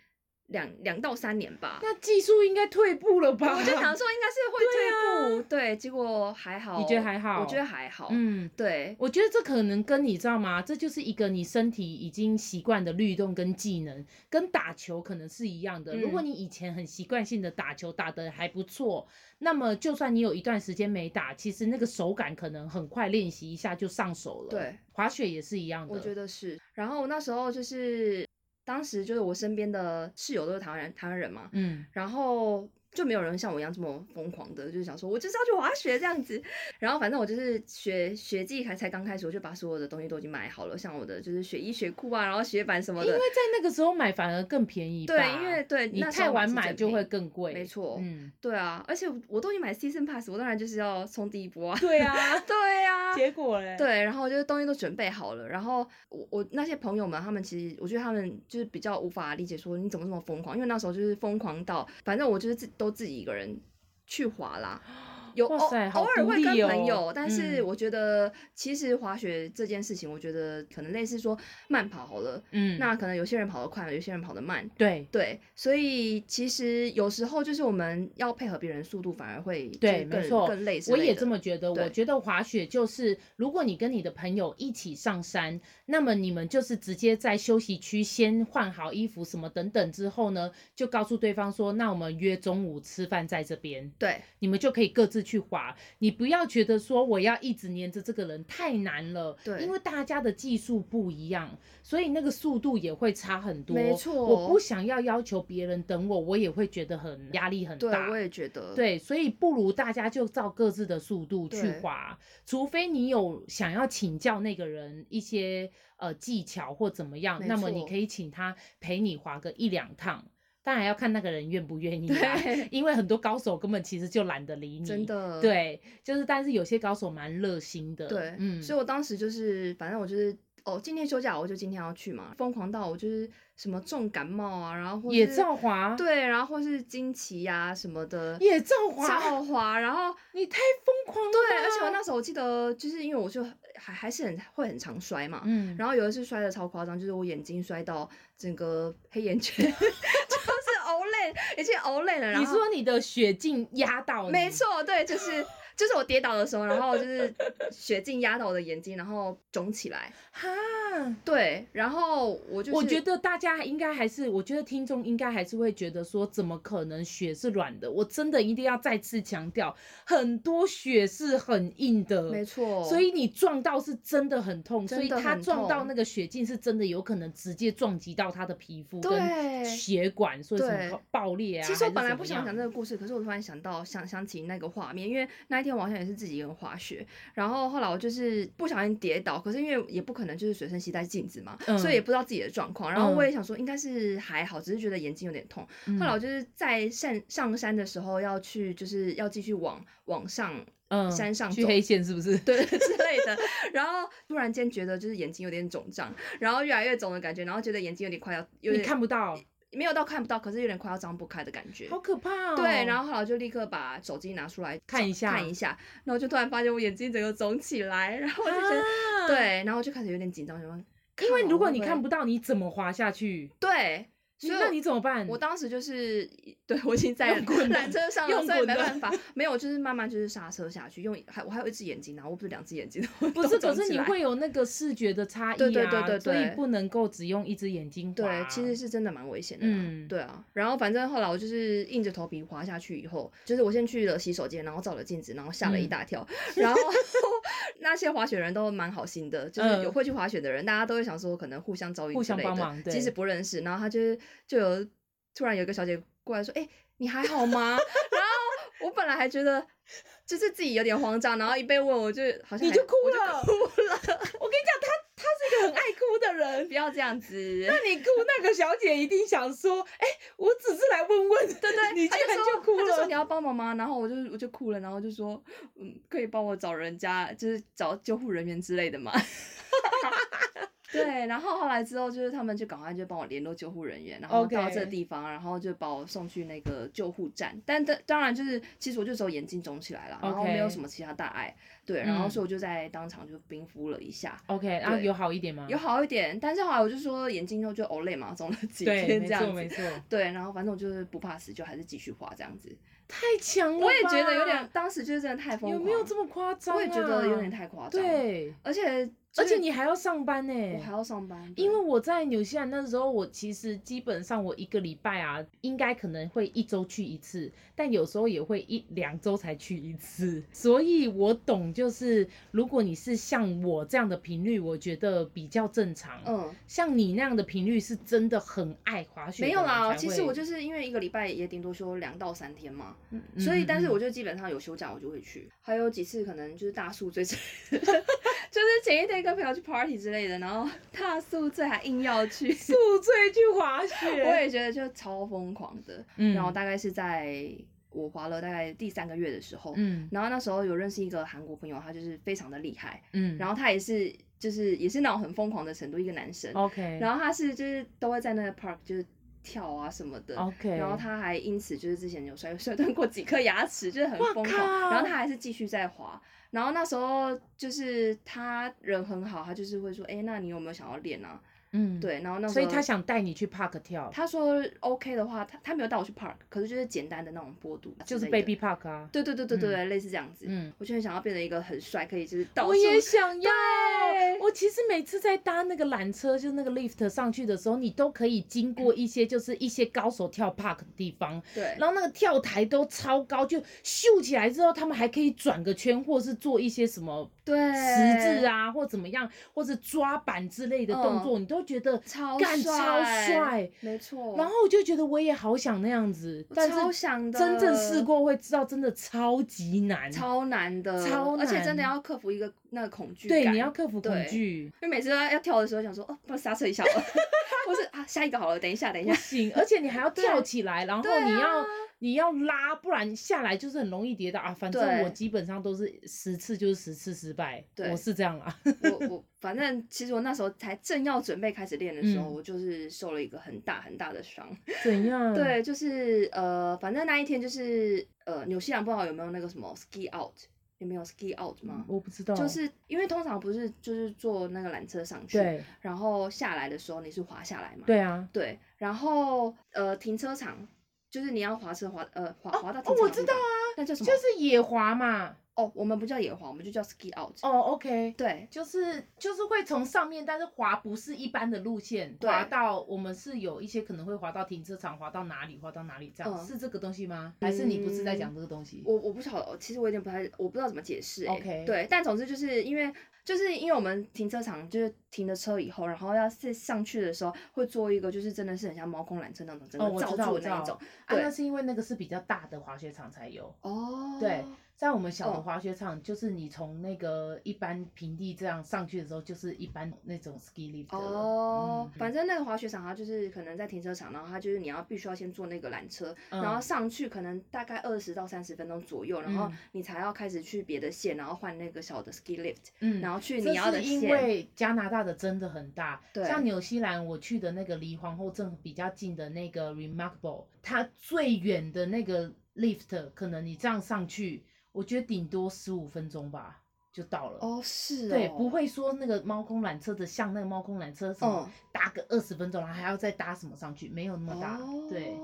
Speaker 2: 两两到三年吧。
Speaker 1: 那技术应该退步了吧？
Speaker 2: 我就想，说应该是会退步，对，结果还好。
Speaker 1: 啊你觉得还好
Speaker 2: 我觉得还好。
Speaker 1: 嗯。
Speaker 2: 对，
Speaker 1: 我觉得这可能跟你知道吗？这就是一个你身体已经习惯的律动跟技能，跟打球可能是一样的。
Speaker 2: 嗯
Speaker 1: 如果你以前很习惯性的打球打得还不错，那么就算你有一段时间没打，其实那个手感可能很快练习一下就上手了。
Speaker 2: 对，
Speaker 1: 滑雪也是一样的。
Speaker 2: 我觉
Speaker 1: 得
Speaker 2: 得是。然后那时候就是，当时就是我身边的室友都是台湾人，台湾人嘛，
Speaker 1: 嗯，
Speaker 2: 然后。就没有人像我一样这么疯狂的，就是想说我就是要去滑雪这样子。然后反正我就是学学季才才刚开始，我就把所有的东西都已经买好了，像我的就是雪衣、雪裤啊，然后雪板什么
Speaker 1: 因为
Speaker 2: 的。
Speaker 1: 在那个时候买反而更便宜吧，
Speaker 2: 对，因为对
Speaker 1: 你
Speaker 2: 那时候
Speaker 1: 太晚
Speaker 2: 是
Speaker 1: 买
Speaker 2: 正
Speaker 1: 就
Speaker 2: 品
Speaker 1: 会更贵，
Speaker 2: 没错
Speaker 1: 嗯，
Speaker 2: 对啊，而且我都已经买 season pass，我当然就是要冲第一 波啊。，
Speaker 1: 对啊
Speaker 2: 对啊，
Speaker 1: 结果嘞，
Speaker 2: 对，然后就是东西都准备好了，然后我我那些朋友们，他们其实我觉得他们就是比较无法理解说你怎么这么疯狂，因为那时候就是疯狂到，反正我就是自都自己一个人去滑啦。有
Speaker 1: 哇
Speaker 2: 偶
Speaker 1: 塞好
Speaker 2: 偶尔
Speaker 1: 独
Speaker 2: 会跟
Speaker 1: 立
Speaker 2: 朋
Speaker 1: 哦
Speaker 2: 友，但是
Speaker 1: 嗯
Speaker 2: 我觉得其实滑雪这件事情，我觉得可能类似说慢跑好了，
Speaker 1: 嗯，
Speaker 2: 那可能有些人跑得快，有些人跑得慢，
Speaker 1: 对
Speaker 2: 对，所以其实有时候就是我们要配合别人速度，反而会就是
Speaker 1: 对，
Speaker 2: 更
Speaker 1: 没错，
Speaker 2: 更累之
Speaker 1: 我
Speaker 2: 类
Speaker 1: 也
Speaker 2: 的
Speaker 1: 这么觉得。我
Speaker 2: 对
Speaker 1: 觉得滑雪就是，如果你跟你的朋友一起上山，那么你们就是直接在休息区先换好衣服什么等等之后呢，就告诉对方说，那我们约中午吃饭在这边，
Speaker 2: 对
Speaker 1: 你们就可以各自去滑。你不要觉得说我要一直黏着这个人太难了，
Speaker 2: 对
Speaker 1: 因为大家的技术不一样，所以那个速度也会差很多。
Speaker 2: 没错
Speaker 1: 我不想要要求别人等我，我也会觉得很压力很
Speaker 2: 对，
Speaker 1: 大。
Speaker 2: 我也觉得
Speaker 1: 对，所以不如大家就照各自的速度去
Speaker 2: 对
Speaker 1: 滑，除非你有想要请教那个人一些呃技巧或怎么样，
Speaker 2: 没
Speaker 1: 那么你
Speaker 2: 错
Speaker 1: 可以请他陪你滑个一两趟，当然要看那个人愿不愿意啊，
Speaker 2: 对，
Speaker 1: 因为很多高手根本其实就懒得理你。
Speaker 2: 真。的，
Speaker 1: 对，就是，但是有些高手蛮热心的。
Speaker 2: 对，
Speaker 1: 嗯，
Speaker 2: 所以我当时就是，反正我就是，哦，今天休假，我就今天要去嘛，疯狂到我就是什么重感冒啊，然后或
Speaker 1: 野
Speaker 2: 是
Speaker 1: 照滑，，
Speaker 2: 对，然后或是惊奇呀、什么的，
Speaker 1: 野照滑，
Speaker 2: 照滑，然后
Speaker 1: 你太疯狂了吧。
Speaker 2: 对，而且我那时候我记得，就是因为我就还还是很会很常摔嘛。
Speaker 1: 嗯，
Speaker 2: 然后有一次摔的超夸张，就是我眼睛摔到整个黑眼圈， 就是熬累，已经熬累了。然后
Speaker 1: 你说你的血镜压到你，
Speaker 2: 没错，对，就是就是我跌倒的时候，然后就是血镜压到我的眼睛，然后肿起来。
Speaker 1: 哈，
Speaker 2: 对，然后我就是
Speaker 1: 我觉得大家应该还是，我觉得听众应该还是会觉得说，怎么可能血是软的？我真的一定要再次强调，很多血是很硬的，
Speaker 2: 没错，
Speaker 1: 所以你撞到是真的很痛，所
Speaker 2: 真
Speaker 1: 以
Speaker 2: 的
Speaker 1: 他
Speaker 2: 很
Speaker 1: 撞到
Speaker 2: 痛
Speaker 1: 那个血镜是真的有可能直接撞击到他的皮肤跟
Speaker 2: 对。
Speaker 1: 血管，所以什
Speaker 2: 对
Speaker 1: 么爆裂啊。
Speaker 2: 其实我本来不想讲
Speaker 1: 讲
Speaker 2: 这个故事，可是我突然想到想想起那个画面，因为那一天我好像也是自己一个人滑雪，然后后来我就是不小心跌倒，可是因为也不可能就是随身携带镜子嘛，
Speaker 1: 嗯
Speaker 2: 所以也不知道自己的状况。然后
Speaker 1: 嗯
Speaker 2: 我也想说应该是还好，只是觉得眼睛有点痛。后来我就是在上上山的时候要去，就是要继续往往上
Speaker 1: 嗯
Speaker 2: 山上
Speaker 1: 去
Speaker 2: 走
Speaker 1: 黑线是不 是？
Speaker 2: 对之类的，然后突然间觉得就是眼睛有点肿胀，然后越来越肿的感觉，然后觉得眼睛有点快要有
Speaker 1: 你
Speaker 2: 点
Speaker 1: 看不到，
Speaker 2: 没有到看不到，可是有点快要张不开的感觉。
Speaker 1: 好可怕哦。
Speaker 2: 对，然后后来我就立刻把手机拿出来
Speaker 1: 看一
Speaker 2: 找看
Speaker 1: 下
Speaker 2: 一下，然后就突然发现我眼睛整个肿起来，然后我就觉得、
Speaker 1: 啊，
Speaker 2: 对，然后就开始有点紧张，想说
Speaker 1: 因为
Speaker 2: 靠
Speaker 1: 如果
Speaker 2: 会
Speaker 1: 你
Speaker 2: 不
Speaker 1: 看
Speaker 2: 会
Speaker 1: 不到，你怎么滑下去？
Speaker 2: 对，所以
Speaker 1: 那
Speaker 2: 我
Speaker 1: 你怎么办？
Speaker 2: 我当时就是对我已经在
Speaker 1: 嗯用滚的
Speaker 2: 缆车上了，
Speaker 1: 用
Speaker 2: 所以
Speaker 1: 滚
Speaker 2: 没
Speaker 1: 的
Speaker 2: 办法，没有，就是慢慢就是刹车下去，用还我还有一只眼睛，然后我不是两只眼睛，
Speaker 1: 不
Speaker 2: 都
Speaker 1: 是，可
Speaker 2: 肿
Speaker 1: 是
Speaker 2: 起
Speaker 1: 你
Speaker 2: 来
Speaker 1: 会有那个视觉的 差异啊，
Speaker 2: 对对对对
Speaker 1: 所以
Speaker 2: 对
Speaker 1: 不能够只用一只眼睛滑。
Speaker 2: 对，其实是真的蛮危险的啦。
Speaker 1: 嗯
Speaker 2: 对啊。然后反正后来我就是硬着头皮滑下去以后，就是我先去了洗手间，然后照了镜子，然后吓了一
Speaker 1: 嗯
Speaker 2: 大跳。 然后那些滑雪人都蛮好心的，就是
Speaker 1: 嗯
Speaker 2: 有会去滑雪的人，大家都会想说可能互相照应
Speaker 1: 互
Speaker 2: 之
Speaker 1: 相
Speaker 2: 类
Speaker 1: 帮
Speaker 2: 的
Speaker 1: 忙对
Speaker 2: 即使不认识。然后他就是就有突然有一个小姐过来说：“哎、你还好吗？” 然后我本来还觉得。就是自己有点慌张，然后一被问，我就好像
Speaker 1: 你
Speaker 2: 还
Speaker 1: 就哭
Speaker 2: 我
Speaker 1: 了，
Speaker 2: 哭
Speaker 1: 我跟你讲，他他是一个很爱哭的人
Speaker 2: 不。要这样 子。
Speaker 1: 那你哭，那个小姐一定想说，哎、我只是来问问，对对， 你
Speaker 2: 他
Speaker 1: 竟
Speaker 2: 就
Speaker 1: 然
Speaker 2: 说
Speaker 1: 就哭
Speaker 2: 他就说
Speaker 1: 了
Speaker 2: 你，要帮忙吗？然后我就我就哭了，然后就说，嗯，可以帮我找人家，就是找救护人员之类的嘛。 对，然后后来之后就是他们就赶快就帮我联络救护人员，然后
Speaker 1: OK
Speaker 2: 到这地方然后就把我送去那个救护站。但当当然就是，其实我就只有眼睛肿起来了，然后
Speaker 1: OK
Speaker 2: 没有什么其他大碍。对，然后
Speaker 1: 嗯
Speaker 2: 所以我就在当场就冰敷了一下，
Speaker 1: OK，然后
Speaker 2: 对
Speaker 1: 有好一点吗？
Speaker 2: 有好一点。但是后来我就说眼睛就就呕泪嘛，肿了几
Speaker 1: 对，
Speaker 2: 天
Speaker 1: 没
Speaker 2: 这样
Speaker 1: 错
Speaker 2: 子
Speaker 1: 没。错，
Speaker 2: 对，然后反正我就是不怕死，就还是继续滑这样子。
Speaker 1: 太强了吧，
Speaker 2: 我也觉得有点，当时就是真的太疯狂，
Speaker 1: 有没有这么夸张、啊？
Speaker 2: 我也觉得有点太夸张。，
Speaker 1: 对。
Speaker 2: 而且就
Speaker 1: 而
Speaker 2: 是
Speaker 1: 且你还要上班呢、
Speaker 2: 我还要上班，对
Speaker 1: 因为我在纽西兰那时候，我其实基本上我一个礼拜啊，应该可能会一周去一次，但有时候也会一两周才去一次。所以我懂，就是如果你是像我这样的频率，我觉得比较正常。
Speaker 2: 嗯。
Speaker 1: 像你那样的频率是真的很爱滑雪的
Speaker 2: 没
Speaker 1: 人
Speaker 2: 有
Speaker 1: 才会，
Speaker 2: 啦，其实我就是因为一个礼拜也顶多休两到三天嘛，
Speaker 1: 嗯，
Speaker 2: 所以
Speaker 1: 嗯
Speaker 2: 但是
Speaker 1: 嗯
Speaker 2: 我就基本上有休假我就会去，还有几次可能就是大宿醉之类的， 就是前一天跟朋友去 party 之类的，然 后大宿醉还硬要去，
Speaker 1: 宿醉去滑雪，
Speaker 2: 我也觉得就超疯狂的。
Speaker 1: 嗯
Speaker 2: 然后大概是在我滑了大概第三个月的时候，
Speaker 1: 嗯
Speaker 2: 然后那时候有认识一个韩国朋友，他就是非常的厉害，
Speaker 1: 嗯，
Speaker 2: 然后他也是就是也是那种很疯狂的程度，一个男生，
Speaker 1: 哦 OK，
Speaker 2: 然后他是就是都会在那个 park 就是跳啊什么的。
Speaker 1: 哦 OK，
Speaker 2: 然后他还因此就是之前有摔 摔断过几颗牙齿，就是很
Speaker 1: 哇
Speaker 2: 疯狂。
Speaker 1: 靠
Speaker 2: 然后他还是继续在滑。然后那时候就是他人很好，他就是会说，哎，那你有没有想要练啊？
Speaker 1: 嗯，
Speaker 2: 对，然后那时
Speaker 1: 所
Speaker 2: 候
Speaker 1: 以他想带你去 park 跳，
Speaker 2: 他说 OK 的话，他他没有带我去 park，可是就是简单的那种坡度之类的，
Speaker 1: 就是 baby park 啊，
Speaker 2: 对对对对对对，类似这样子。
Speaker 1: 嗯，
Speaker 2: 我就很想要变得一个很帅，可以就是到处
Speaker 1: 我也想要
Speaker 2: 对。
Speaker 1: 我其实每次在搭那个缆车，就那个 lift 上去的时候，你都可以经过一些就是一些高手跳 park 的地方，
Speaker 2: 对，
Speaker 1: 然后那个跳台都超高，就秀起来之后，他们还可以转个圈，或是做一些什么
Speaker 2: 对
Speaker 1: 十字，啊，或怎么样，或是抓板之类的动作，你都觉得
Speaker 2: 嗯超
Speaker 1: 干超
Speaker 2: 帅
Speaker 1: 帅。
Speaker 2: 没错。
Speaker 1: 然后我就觉得我也好想那样子，
Speaker 2: 我
Speaker 1: 但
Speaker 2: 超
Speaker 1: 是
Speaker 2: 想的，
Speaker 1: 真正试。过会知道，真的超级难。
Speaker 2: 超难的，
Speaker 1: 超
Speaker 2: 而且真的
Speaker 1: 难
Speaker 2: 要克服一个那个恐惧感。
Speaker 1: 对，你要克服恐
Speaker 2: 对
Speaker 1: 惧。
Speaker 2: 因为每次要要跳的时候，想说哦，不 然刹车一下吧，或是啊下一个好了，等一下，等一
Speaker 1: 不
Speaker 2: 下。
Speaker 1: 行，而且你还要
Speaker 2: 对
Speaker 1: 跳起来，然后
Speaker 2: 对
Speaker 1: 你要、
Speaker 2: 啊
Speaker 1: 你要拉，不然下来就是很容易跌倒啊。反正
Speaker 2: 对
Speaker 1: 我基本上都是十次就是十次失败，
Speaker 2: 对
Speaker 1: 我是这样啊啦。
Speaker 2: 我我反正其实我那时候才正要准备开始练的时候，
Speaker 1: 嗯
Speaker 2: 我就是受了一个很大很大的伤。
Speaker 1: 怎样？，
Speaker 2: 对，就是呃，反正那一天就是呃，纽西兰不知道有没有那个什么 ski out，有没有 ski out 吗？
Speaker 1: 我不知道，
Speaker 2: 就是因为通常不是就是坐那个缆车上去，
Speaker 1: 对
Speaker 2: 然后下来的时候你是滑下来嘛？
Speaker 1: 对啊。
Speaker 2: 对，然后呃，停车场就是你要滑车滑呃滑滑到
Speaker 1: 哦
Speaker 2: 停，车
Speaker 1: 我
Speaker 2: 场
Speaker 1: 知
Speaker 2: 地
Speaker 1: 道
Speaker 2: 方
Speaker 1: 啊，
Speaker 2: 那叫什
Speaker 1: 就
Speaker 2: 么？
Speaker 1: 是野滑嘛。
Speaker 2: 哦，我们不叫野滑，我们就叫 ski out。
Speaker 1: 哦，OK，
Speaker 2: 对
Speaker 1: 就是就是会从上面，但是滑不是一般的路线，
Speaker 2: 对
Speaker 1: 滑到我们是有一些可能会滑到停车场，滑到哪里，滑到哪里，这样、
Speaker 2: 嗯
Speaker 1: 是这个东西吗？还是你不是在讲这个东西？
Speaker 2: 我我不晓得，其实我有点不太，我不知道怎么解释、欸。
Speaker 1: OK
Speaker 2: 对，但总之就是因为就是因为我们停车场就是停了车以后，然后要是上去的时候会做一个就是真的是很像猫空缆车那种整
Speaker 1: 哦，
Speaker 2: 个
Speaker 1: 我
Speaker 2: 罩
Speaker 1: 知道，
Speaker 2: 住
Speaker 1: 我
Speaker 2: 的
Speaker 1: 知
Speaker 2: 那
Speaker 1: 道
Speaker 2: 一种。。
Speaker 1: 啊，
Speaker 2: 对
Speaker 1: 那是因为那个是比较大的滑雪场才有。
Speaker 2: 哦，
Speaker 1: 对在我们小的
Speaker 2: 哦
Speaker 1: 滑雪场，就是你从那个一般平地这样上去的时候，就是一般那种 ski lift 了
Speaker 2: 哦，
Speaker 1: 嗯
Speaker 2: 反正那个滑雪场它就是可能在停车场，然后它就是你要必须要先坐那个缆车，
Speaker 1: 嗯
Speaker 2: 然后上去可能大概二十到三十分钟左右，然后
Speaker 1: 嗯
Speaker 2: 你才要开始去别的线，然后换那个小的 ski lift，
Speaker 1: 嗯，
Speaker 2: 然后去
Speaker 1: 这
Speaker 2: 你要的
Speaker 1: 是因
Speaker 2: 线。
Speaker 1: 为加拿大的真的很大，
Speaker 2: 对
Speaker 1: 像纽西兰我去的那个离皇后镇比较近的那个 Remarkable，它最远的那个 lift，可能你这样上去，我觉得顶多十五分钟吧就到了。
Speaker 2: 哦，是哦，
Speaker 1: 对，不会说那个猫空缆车的，像那个猫空缆车什么
Speaker 2: 嗯
Speaker 1: 搭个二十分钟，然后还要再搭什么上去，没有那么大。
Speaker 2: 哦
Speaker 1: 对，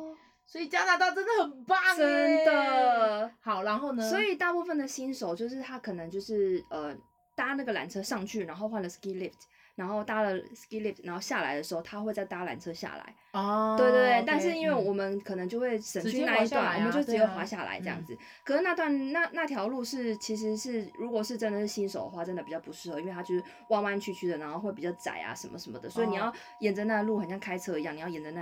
Speaker 1: 所以加拿大真的很棒，
Speaker 2: 真。的。
Speaker 1: 好，然后呢？
Speaker 2: 所以大部分的新手就是他可能就是呃搭那个缆车上去，然后换了 ski lift，然后搭了 ski lift，然后下来的时候他会再搭缆车下来。
Speaker 1: 哦，
Speaker 2: 对对对
Speaker 1: OK，
Speaker 2: 但是因为
Speaker 1: 嗯
Speaker 2: 我们可能就会省
Speaker 1: 直
Speaker 2: 去
Speaker 1: 接
Speaker 2: 那
Speaker 1: 滑
Speaker 2: 一
Speaker 1: 下
Speaker 2: 段，
Speaker 1: 来
Speaker 2: 我们
Speaker 1: 啊
Speaker 2: 就
Speaker 1: 对
Speaker 2: 只有
Speaker 1: 啊
Speaker 2: 滑下来这样
Speaker 1: 嗯
Speaker 2: 子。可是那段那那条路是其实是如果是真的是新手的话，真的比较不适合，因为它就是弯弯曲曲的，然后会比较窄啊什么什么的，所以你
Speaker 1: 哦
Speaker 2: 要沿着那路，很像开车一样，你要沿着那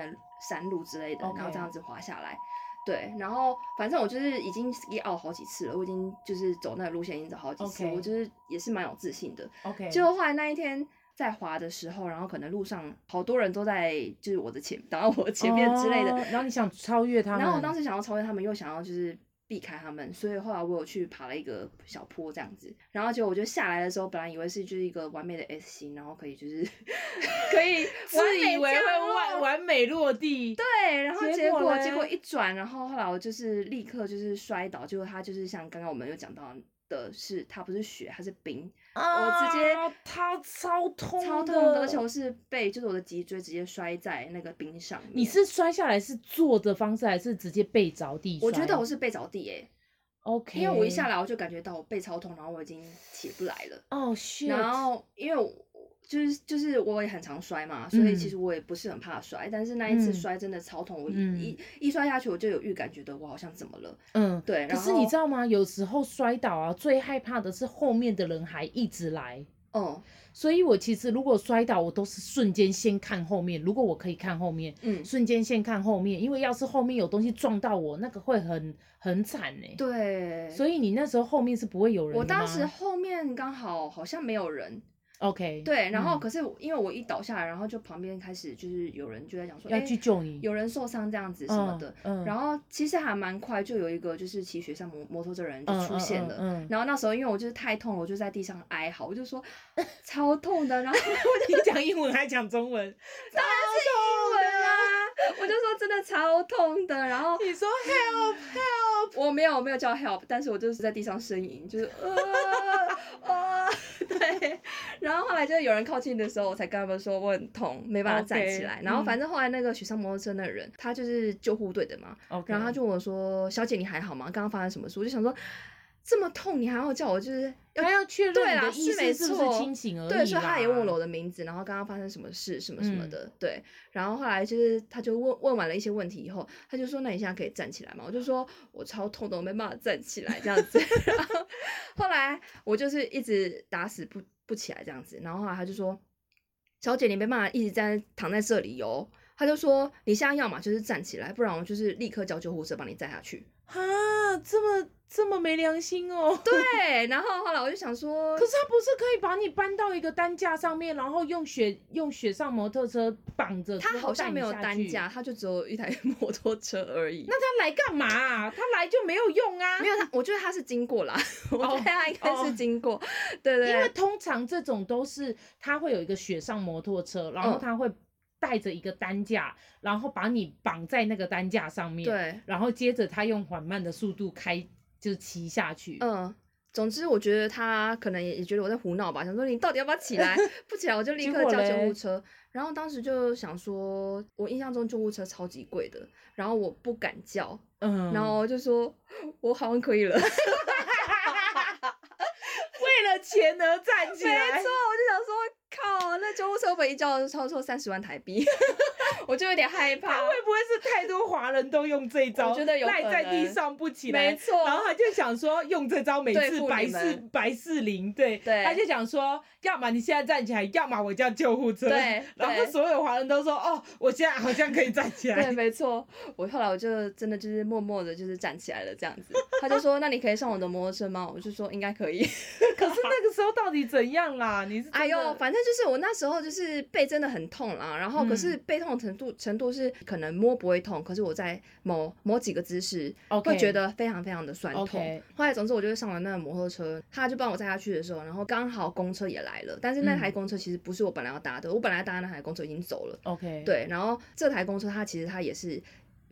Speaker 2: 山路之类的，然后
Speaker 1: OK
Speaker 2: 这样子滑下来。对，然后反正我就是已经 ski out 好几次了，我已经就是走那个路线已经走好几次
Speaker 1: OK
Speaker 2: 我就是也是蛮有自信的。
Speaker 1: OK，
Speaker 2: 就后来那一天在滑的时候，然后可能路上好多人都在就是我的前挡到我前面之类的
Speaker 1: 哦，然后你想超越他们，
Speaker 2: 然后我当时想要超越他们，又想要就是避开他们，所以后来我有去爬了一个小坡这样子。然后结果我就下来的时候，本来以为是就是一个完美的 S 型，然后可以就是 可以完
Speaker 1: 自
Speaker 2: 美
Speaker 1: 以为
Speaker 2: 降
Speaker 1: 会
Speaker 2: 落
Speaker 1: 完完美落地，
Speaker 2: 对，然后
Speaker 1: 结
Speaker 2: 结
Speaker 1: 果
Speaker 2: 果
Speaker 1: 嘞
Speaker 2: 结果一转，然后后来我就是立刻就是摔倒，结果他就是像刚刚我们有讲到的是，它不是雪，它是冰，
Speaker 1: 啊
Speaker 2: 直接
Speaker 1: 他超痛，
Speaker 2: 超痛的，而且我。是被就是我的脊椎直接摔在那个冰上面。
Speaker 1: 你是摔下来是坐的方式，还是直接背着地摔？
Speaker 2: 我觉得我是被着地诶、
Speaker 1: OK，
Speaker 2: 因为我一下来我就感觉到我背超痛，然后我已经起不来了。
Speaker 1: 哦，是，
Speaker 2: 然后因为我就是就是我也很常摔嘛，所以
Speaker 1: 嗯
Speaker 2: 其实我也不是很怕摔，但是那一次
Speaker 1: 嗯
Speaker 2: 摔真的超痛，我一、
Speaker 1: 嗯
Speaker 2: 一一摔下去我就有预感，觉得我好像怎么了。
Speaker 1: 嗯，
Speaker 2: 对，
Speaker 1: 可
Speaker 2: 然
Speaker 1: 是
Speaker 2: 后
Speaker 1: 你知道吗？有时候摔倒啊，最害怕的是后面的人还一直来。
Speaker 2: 哦，
Speaker 1: 所以我其实如果摔倒，我都是瞬间先看后面。如果我可以看后面，
Speaker 2: 嗯，
Speaker 1: 瞬间先看后面，因为要是后面有东西撞到我，那个会很很惨呢、
Speaker 2: 对，
Speaker 1: 所以你那时候后面是不会有人的
Speaker 2: 我当
Speaker 1: 吗
Speaker 2: 时后面刚好好像没有人，
Speaker 1: OK，
Speaker 2: 对，然后
Speaker 1: 嗯
Speaker 2: 可是我因为我一倒下来，然后就旁边开始就是有人就在讲说，
Speaker 1: 要
Speaker 2: 诶
Speaker 1: 去救你
Speaker 2: 有人受伤这样子什么的，，
Speaker 1: 嗯，嗯
Speaker 2: 然后其实还蛮快，就有一个就是骑雪上摩摩托车的人就
Speaker 1: 嗯
Speaker 2: 出现
Speaker 1: 嗯
Speaker 2: 了。
Speaker 1: 嗯嗯
Speaker 2: 然后那时候因为我就是太痛了，我就在地上哀嚎，我就说 超痛的，然后 我
Speaker 1: 你讲英文还讲中文？
Speaker 2: 就问啊，我就说真的超痛的，然后
Speaker 1: 你说 help help，
Speaker 2: 我没有没有叫 help，但是我就是在地上呻吟，就是 呃呃， 对。然后后来就是有人靠近的时候，我才跟他们说我很痛，没办法站起来。
Speaker 1: OK，
Speaker 2: 然后
Speaker 1: 嗯
Speaker 2: 反正后来那个雪上摩托车那人，他就是救护队的嘛，
Speaker 1: OK，
Speaker 2: 然后他就问我说：“小姐，你还好吗？刚刚发生什么事？”我就想说，这么痛，你还要叫我就是要
Speaker 1: 他要确认
Speaker 2: 对
Speaker 1: 你
Speaker 2: 啦
Speaker 1: 的意
Speaker 2: 是没
Speaker 1: 识是不
Speaker 2: 错
Speaker 1: 是清醒而已
Speaker 2: 对，所以他也问了我
Speaker 1: 啦嗯
Speaker 2: 的名字，然后刚刚发生什么事，什么什么的，对。然后后来就是，他就问问完了一些问题以后，他就说：“那你现在可以站起来吗？”我就说：“我超痛的，我没办法站起来这样子。” 然后后来我就是一直打死不不起来这样子，然后后来他就说：“小姐，你没办法一直在躺在这里哟、他就说：“你现在要么就是站起来，不然我就是立刻叫救护车帮你载下去。
Speaker 1: 啊，这么这么没良心哦。”
Speaker 2: 对，然后后来我就想说，
Speaker 1: 可是他不是可以把你搬到一个担架上面，然后用雪用雪上摩托车绑着之后带你下去？
Speaker 2: 他好像没有担架，他就只有一台 摩托车而已。
Speaker 1: 那他来干嘛啊、他来就没有用啊。
Speaker 2: 没有他，我觉得他是经过啦， 我觉得他应该是经过，对对
Speaker 1: 因为
Speaker 2: 对
Speaker 1: 通常这种都是他会有一个雪上摩托车，然后
Speaker 2: 嗯
Speaker 1: 他会带着一个担架，然后把你绑在那个担架上面，，
Speaker 2: 对，
Speaker 1: 然后接着他用缓慢的速度开，就是骑下去。
Speaker 2: 嗯。总之，我觉得他可能也也觉得我在胡闹吧，想说你到底要不要起 来？不起来我就立刻
Speaker 1: 结果
Speaker 2: 叫
Speaker 1: 嘞
Speaker 2: 救护车。然后当时就想说，我印象中救护车超级贵的，然后我不敢叫，
Speaker 1: 嗯
Speaker 2: 然后就说 我好像可以了。
Speaker 1: 为了钱而站起
Speaker 2: 没错，我
Speaker 1: 来
Speaker 2: 就。想说，靠，那救护车会不会一叫超出三十万台币？ 我就有点害怕。
Speaker 1: 他会不会是太多华人都用这招？
Speaker 2: 我觉得有可能
Speaker 1: 赖在地上不起来，
Speaker 2: 没错
Speaker 1: 然后他就想说用这招每
Speaker 2: 啊对
Speaker 1: 次
Speaker 2: 付
Speaker 1: 白
Speaker 2: 你
Speaker 1: 事
Speaker 2: 们
Speaker 1: 白事灵，对，
Speaker 2: 对
Speaker 1: 他就想说，要么你现在站起来，要么我叫救护车。
Speaker 2: 对
Speaker 1: 然后
Speaker 2: 对
Speaker 1: 所有华人都说，哦，我现在好像可以站起
Speaker 2: 对，
Speaker 1: 来。
Speaker 2: 没错，我后来我就真的就是默默的，就是站起来了这样 子。他就说：“那你可以上我的摩托车吗？”我就说：“应该可以。
Speaker 1: 可是那个时候到底怎样啦？你是”真的
Speaker 2: 哎呦，反正就是我那时候就是背真的很痛啦，然后可是
Speaker 1: 嗯
Speaker 2: 背痛的程度程度是可能摸不会痛，可是我在某某几个姿势
Speaker 1: OK
Speaker 2: 会觉得非常非常的酸痛。
Speaker 1: OK
Speaker 2: 后来总之我就是上了那个摩托车，他就帮我载下去的时候，然后刚好公车也来了，但是那
Speaker 1: 嗯
Speaker 2: 台公车其实不是我本来要搭的，我本来要搭的那台公车已经走了。
Speaker 1: OK，，
Speaker 2: 对，然后这台公车它其实它也是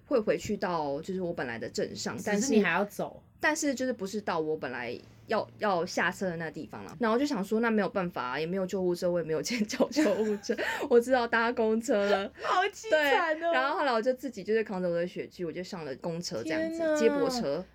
Speaker 2: 会回去到就是我本来的镇上，但
Speaker 1: 但是你还要走。
Speaker 2: 但是就是不是到我本来要要下车的那地方了。然后我就想说，那没有办法、啊也没有救护车，我也没有 尖叫救护车，我只好搭公车了。
Speaker 1: 好凄
Speaker 2: 对，
Speaker 1: 惨哦！
Speaker 2: 然后后来我就自己就是扛着我的雪具，我就上了公车这样
Speaker 1: 天
Speaker 2: 子
Speaker 1: 哪
Speaker 2: 接驳车。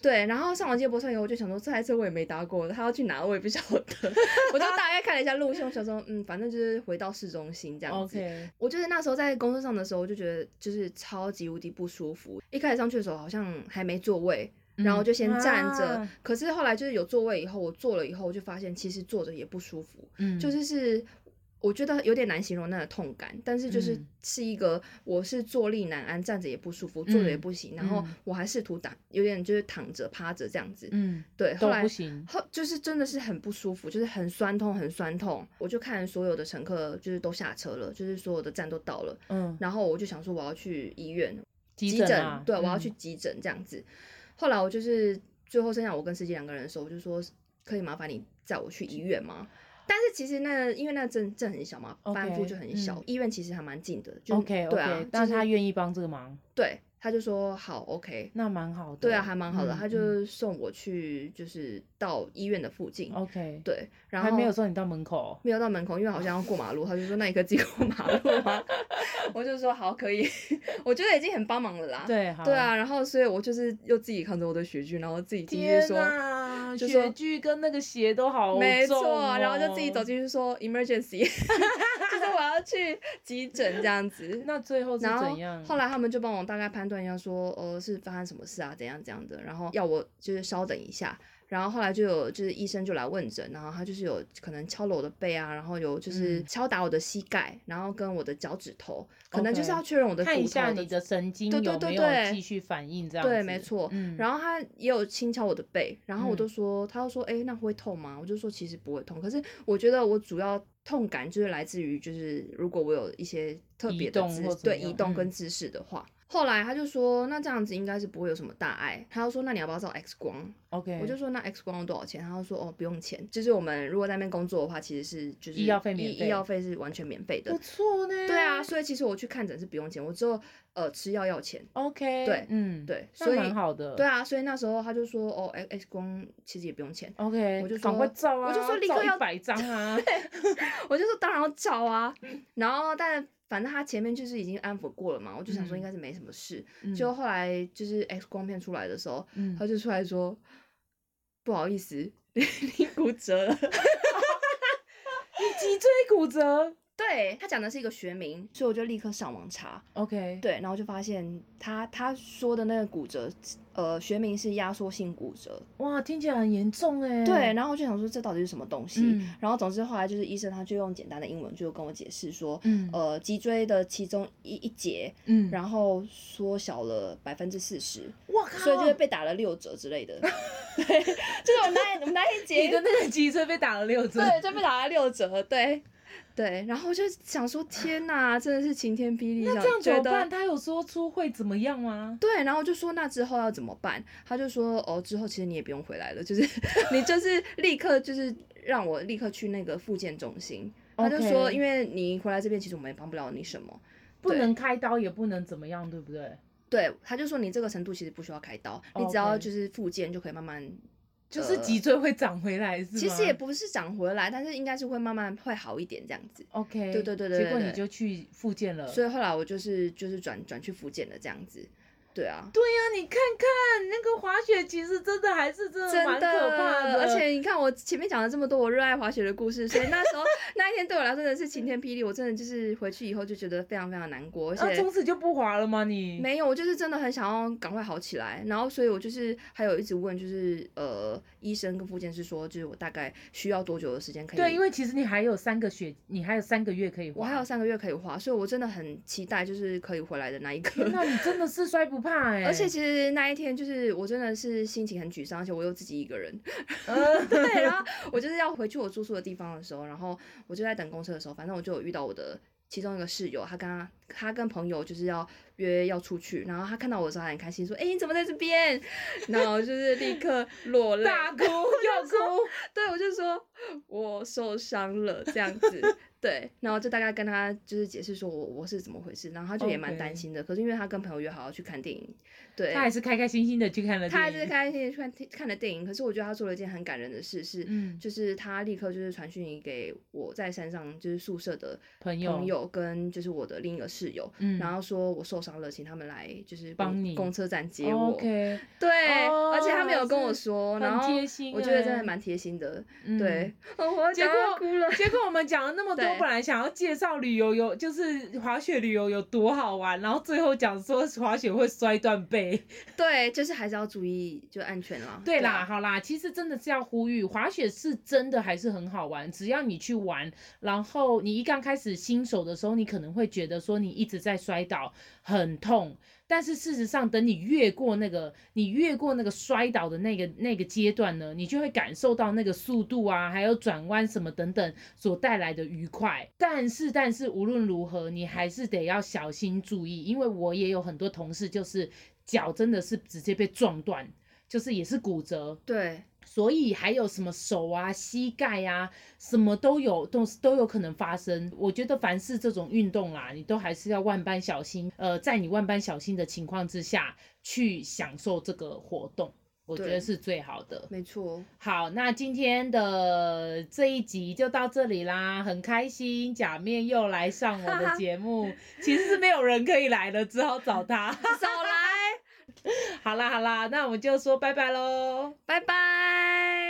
Speaker 2: 对，然后上完接驳车以后，我就想说这台车我也没搭过，他要去哪我也不晓得， 我就大概看了一下路线，我想说嗯，反正就是回到市中心这样子。
Speaker 1: OK，
Speaker 2: 我就是那时候在公车上的时候，我就觉得就是超级无敌不舒服。一开始上去的时候好像还没座位，然后就先站着。
Speaker 1: 嗯啊
Speaker 2: 可是后来就是有座位以后，我坐了以后，我就发现其实坐着也不舒服，
Speaker 1: 嗯
Speaker 2: 就是是。我觉得有点难形容那个痛感，但是就是
Speaker 1: 嗯
Speaker 2: 是一个我是坐立难安，站着也不舒服，坐着也
Speaker 1: 嗯
Speaker 2: 不行，然后
Speaker 1: 嗯
Speaker 2: 我还试图打，有点就是躺着趴着这样子，
Speaker 1: 嗯
Speaker 2: 对，后
Speaker 1: 都
Speaker 2: 来
Speaker 1: 不行。
Speaker 2: 后就是真的是很不舒服，就是很酸痛，很酸痛。我就看所有的乘客就是都下车了，就是所有的站都到了，
Speaker 1: 嗯，
Speaker 2: 然后我就想说我要去医院
Speaker 1: 急啊
Speaker 2: 对，我要
Speaker 1: 嗯
Speaker 2: 去急诊这样子。后来我就是最后剩下我跟司机两个人的时候，我就说可以麻烦你载我去医院吗？但是其实那因为那镇镇很小嘛，
Speaker 1: OK，
Speaker 2: 班附就很小，
Speaker 1: 嗯
Speaker 2: 医院其实还蛮近的，就
Speaker 1: OK
Speaker 2: 对啊
Speaker 1: OK，，但
Speaker 2: 就是
Speaker 1: 他愿意帮这个忙。
Speaker 2: 对，他就说好，OK。
Speaker 1: 那蛮好的。
Speaker 2: 对啊，还蛮好的，
Speaker 1: 嗯
Speaker 2: 他
Speaker 1: 嗯
Speaker 2: 就送我去，就是到医院的附近。
Speaker 1: OK，
Speaker 2: 对，然
Speaker 1: 还
Speaker 2: 后
Speaker 1: 没有送你到门口。
Speaker 2: 没有到门口，因为好像要过马路，他就说那你可以自己过马路吗？ 我就说好，可以。 我觉得已经很帮忙了啦。
Speaker 1: 对，好。
Speaker 2: 对，啊，然后所以我就是又自己扛着我的雪具，然后自己进去
Speaker 1: 天
Speaker 2: 说，
Speaker 1: 哪，
Speaker 2: 就
Speaker 1: 雪
Speaker 2: 说
Speaker 1: 具跟那个鞋都好重、哦，哦
Speaker 2: 没错，然后就自己走。进去说 emergency，就是我要去急诊这样子。
Speaker 1: 那最后是
Speaker 2: 然
Speaker 1: 怎
Speaker 2: 后
Speaker 1: 样？
Speaker 2: 后来他们就帮我大概判断一下说，呃，是发生什么事啊，怎样怎样的，然后要我就是稍等一下。然后后来就有就是医生就来问诊，然后他就是有可能敲了我的背啊，然后有就是
Speaker 1: 嗯
Speaker 2: 敲打我的膝盖，然后跟我的脚趾头，可能就是要
Speaker 1: OK
Speaker 2: 确认我的骨头
Speaker 1: 看一下你的神经
Speaker 2: 对对
Speaker 1: 有
Speaker 2: 对
Speaker 1: 没有
Speaker 2: 对
Speaker 1: 继续反应，这样
Speaker 2: 对，
Speaker 1: 子
Speaker 2: 没错。
Speaker 1: 嗯，后
Speaker 2: 然后他也有轻敲我的背，然后
Speaker 1: 嗯
Speaker 2: 我就说，他就说，哎、那会痛吗？我就说其实不会痛，可是我觉得我主要痛感就是来自于就是如果我有一些特
Speaker 1: 移
Speaker 2: 别的
Speaker 1: 动
Speaker 2: 姿
Speaker 1: 或怎
Speaker 2: 对
Speaker 1: 么
Speaker 2: 移
Speaker 1: 样
Speaker 2: 动
Speaker 1: 嗯
Speaker 2: 跟姿势的话。后来他就说，那这样子应该是不会有什么大碍。他就说，那你要不要照 X 光？
Speaker 1: OK，
Speaker 2: 我就说，那 X 光多少钱？他就说，哦，不用钱。就是我们如果在那边工作的话，其实是就是
Speaker 1: 医药费免
Speaker 2: 医
Speaker 1: 费哦
Speaker 2: 医药费是完全免费的
Speaker 1: 不。错呢。
Speaker 2: 对啊，所以其实我去看诊是不用钱，我只有呃吃药要钱。
Speaker 1: ，OK，
Speaker 2: 对
Speaker 1: 嗯，，
Speaker 2: 对，所
Speaker 1: 那
Speaker 2: 以
Speaker 1: 蛮好的。
Speaker 2: 对啊，所以那时候他就说，哦，X X 光其实也不用钱，
Speaker 1: ，OK，
Speaker 2: 我就
Speaker 1: 赶
Speaker 2: 说
Speaker 1: 快照啊，
Speaker 2: 我就说立刻要
Speaker 1: 一百张 啊，
Speaker 2: 我就说当然要照啊，
Speaker 1: 嗯
Speaker 2: 然后但反正他前面就是已经安抚过了嘛，我就想说应
Speaker 1: 嗯
Speaker 2: 该是没什么事，
Speaker 1: 嗯
Speaker 2: 就后来就是 X 光片出来的时候，
Speaker 1: 嗯
Speaker 2: 他就出来说，不好意思， 你你骨折了，
Speaker 1: 脊椎骨折
Speaker 2: 对他讲的是一个学名，所以我就立刻上网查，
Speaker 1: ，OK，
Speaker 2: 对，然后就发现他他说的那个骨折，呃，学名是压缩性骨折，
Speaker 1: 哇，听起来很严重哎。
Speaker 2: 对，，然后我就想说这到底是什么东西，
Speaker 1: 嗯
Speaker 2: 然后总之后来就是医生他就用简单的英文就跟我解释说，
Speaker 1: 嗯
Speaker 2: 呃，脊椎的其中一一节，
Speaker 1: 嗯，
Speaker 2: 然后缩小了百分之四十，
Speaker 1: 我靠，
Speaker 2: 所以就会被打了六折之 类的。对，就是我们那一我们那一节
Speaker 1: 你的那个脊椎被打了六针，
Speaker 2: 对就被打了六折，对对。然后我就想说，天哪，真的是晴天霹雳，
Speaker 1: 那这样怎么
Speaker 2: 觉得
Speaker 1: 办？他有说出会怎么样吗？
Speaker 2: 对，然后我就说那之后要怎么办？他就说哦，之后其实你也不用回来了，就是 你就是立刻就是让我立刻去那个复健中心。他就说，
Speaker 1: OK
Speaker 2: 因为你回来这边，其实我们也帮不了你什么。
Speaker 1: 不
Speaker 2: 对
Speaker 1: 能开刀，也不能怎么样，对不对？
Speaker 2: 对，他就说你这个程度其实不需要开刀，你只要
Speaker 1: OK
Speaker 2: 就是复健就可以慢慢。
Speaker 1: 就是脊椎会长回来，是吗？
Speaker 2: 呃其实也不是长回来，但是应该是会慢慢会好一点这样子。
Speaker 1: OK，
Speaker 2: 对对对对对
Speaker 1: 结果你
Speaker 2: 对
Speaker 1: 就去复健了。
Speaker 2: 所以后来我就是就是转转去复健的这样子。对啊，
Speaker 1: 对哎呀、你看看那个滑雪，其实真的还是真的嗯蛮
Speaker 2: 真
Speaker 1: 可怕
Speaker 2: 而且你看我前面讲了这么多我热爱滑雪的故事，所以那 时候那一天对我来说真的是晴天霹雳，我真的就是回去以后就觉得非常非常难过，而
Speaker 1: 那
Speaker 2: 且
Speaker 1: 从此就不滑了吗？你
Speaker 2: 没有，我就是真的很想要赶快好起来，然后所以我就是还有一直问，就是呃医生跟复健师说，就是我大概需要多久的时间可以？
Speaker 1: 对，因为其实你还有三个雪，你还有三个月可以滑。
Speaker 2: 我还有三个月可以滑，所以我真的很期待就是可以回来的那一刻
Speaker 1: 天。哪，你真的是摔不怕哎、
Speaker 2: 而且其实那一天就是我真的是心情很沮丧，而且我又自己一个人。
Speaker 1: 呃，
Speaker 2: 对，然后我就是要回去我住宿的地方的时候，然后我就在等公车的时候，反正我就有遇到我的其中一个室友，他跟他他跟朋友就是要约要出去，然后他看到我的时候还很开心，说：“哎、你怎么在这边？”然后我就是立刻落泪，
Speaker 1: 大哭又哭，
Speaker 2: 对我就说我受伤了这样 子。对，然后就大概跟他就是解释说我我是怎么回事，然后他就也蛮
Speaker 1: OK
Speaker 2: 担心的。可是因为他跟朋友约好要去看电影，对，
Speaker 1: 他还是开开心心的去看了电影。
Speaker 2: 他还是开心地去看看了电影。可是我觉得他做了一件很感人的事，是
Speaker 1: 嗯
Speaker 2: 就是他立刻就是传讯给我在山上就是宿舍的
Speaker 1: 朋友
Speaker 2: 朋友跟就是我的另一个室友，
Speaker 1: 嗯，
Speaker 2: 然后说我受伤了，请他们来就是
Speaker 1: 帮
Speaker 2: 公
Speaker 1: 你哦
Speaker 2: 公车站接我。
Speaker 1: OK，
Speaker 2: 对，
Speaker 1: 哦
Speaker 2: 而且他们有跟我
Speaker 1: 还
Speaker 2: 说，
Speaker 1: 很
Speaker 2: 然后
Speaker 1: 贴心
Speaker 2: 我觉得真
Speaker 1: 欸
Speaker 2: 的蛮贴心的。
Speaker 1: 嗯
Speaker 2: 对，哦我
Speaker 1: 结
Speaker 2: 讲
Speaker 1: 果
Speaker 2: 到哭了。
Speaker 1: 结果我们讲了那么多，
Speaker 2: 对
Speaker 1: 本来想要介绍旅游有就是滑雪旅游有多好玩，然后最后讲说滑雪会摔断背。
Speaker 2: 对，就是还是要注意就安全啦。
Speaker 1: 对啦，
Speaker 2: 啊，
Speaker 1: 好啦，其实真的是要呼吁，滑雪是真的还是很好玩，只要你去玩，然后你一刚开始新手的时候，你可能会觉得说你一直在摔倒，很痛。但是事实上，等你越过那个，你越过那个摔倒的那个那个阶段呢，你就会感受到那个速度啊，还有转弯什么等等所带来的愉快。但是，但是无论如何，你还是得要小心注意，因为我也有很多同事就是脚真的是直接被撞断，就是也是骨折，
Speaker 2: 对
Speaker 1: 所以还有什么手啊、膝盖啊，什么都有，都都有可能发生。我觉得凡是这种运动啦，你都还是要万般小心。呃，在你万般小心的情况之下去享受这个活动，我觉
Speaker 2: 对
Speaker 1: 得是最好的。
Speaker 2: 没错，
Speaker 1: 好，那今天的这一集就到这里啦，很开心假面又来上我的节目，其实是没有人可以来了，只好找他。
Speaker 2: 少来，
Speaker 1: 好啦好啦，那我们就说拜拜喽。
Speaker 2: 拜拜。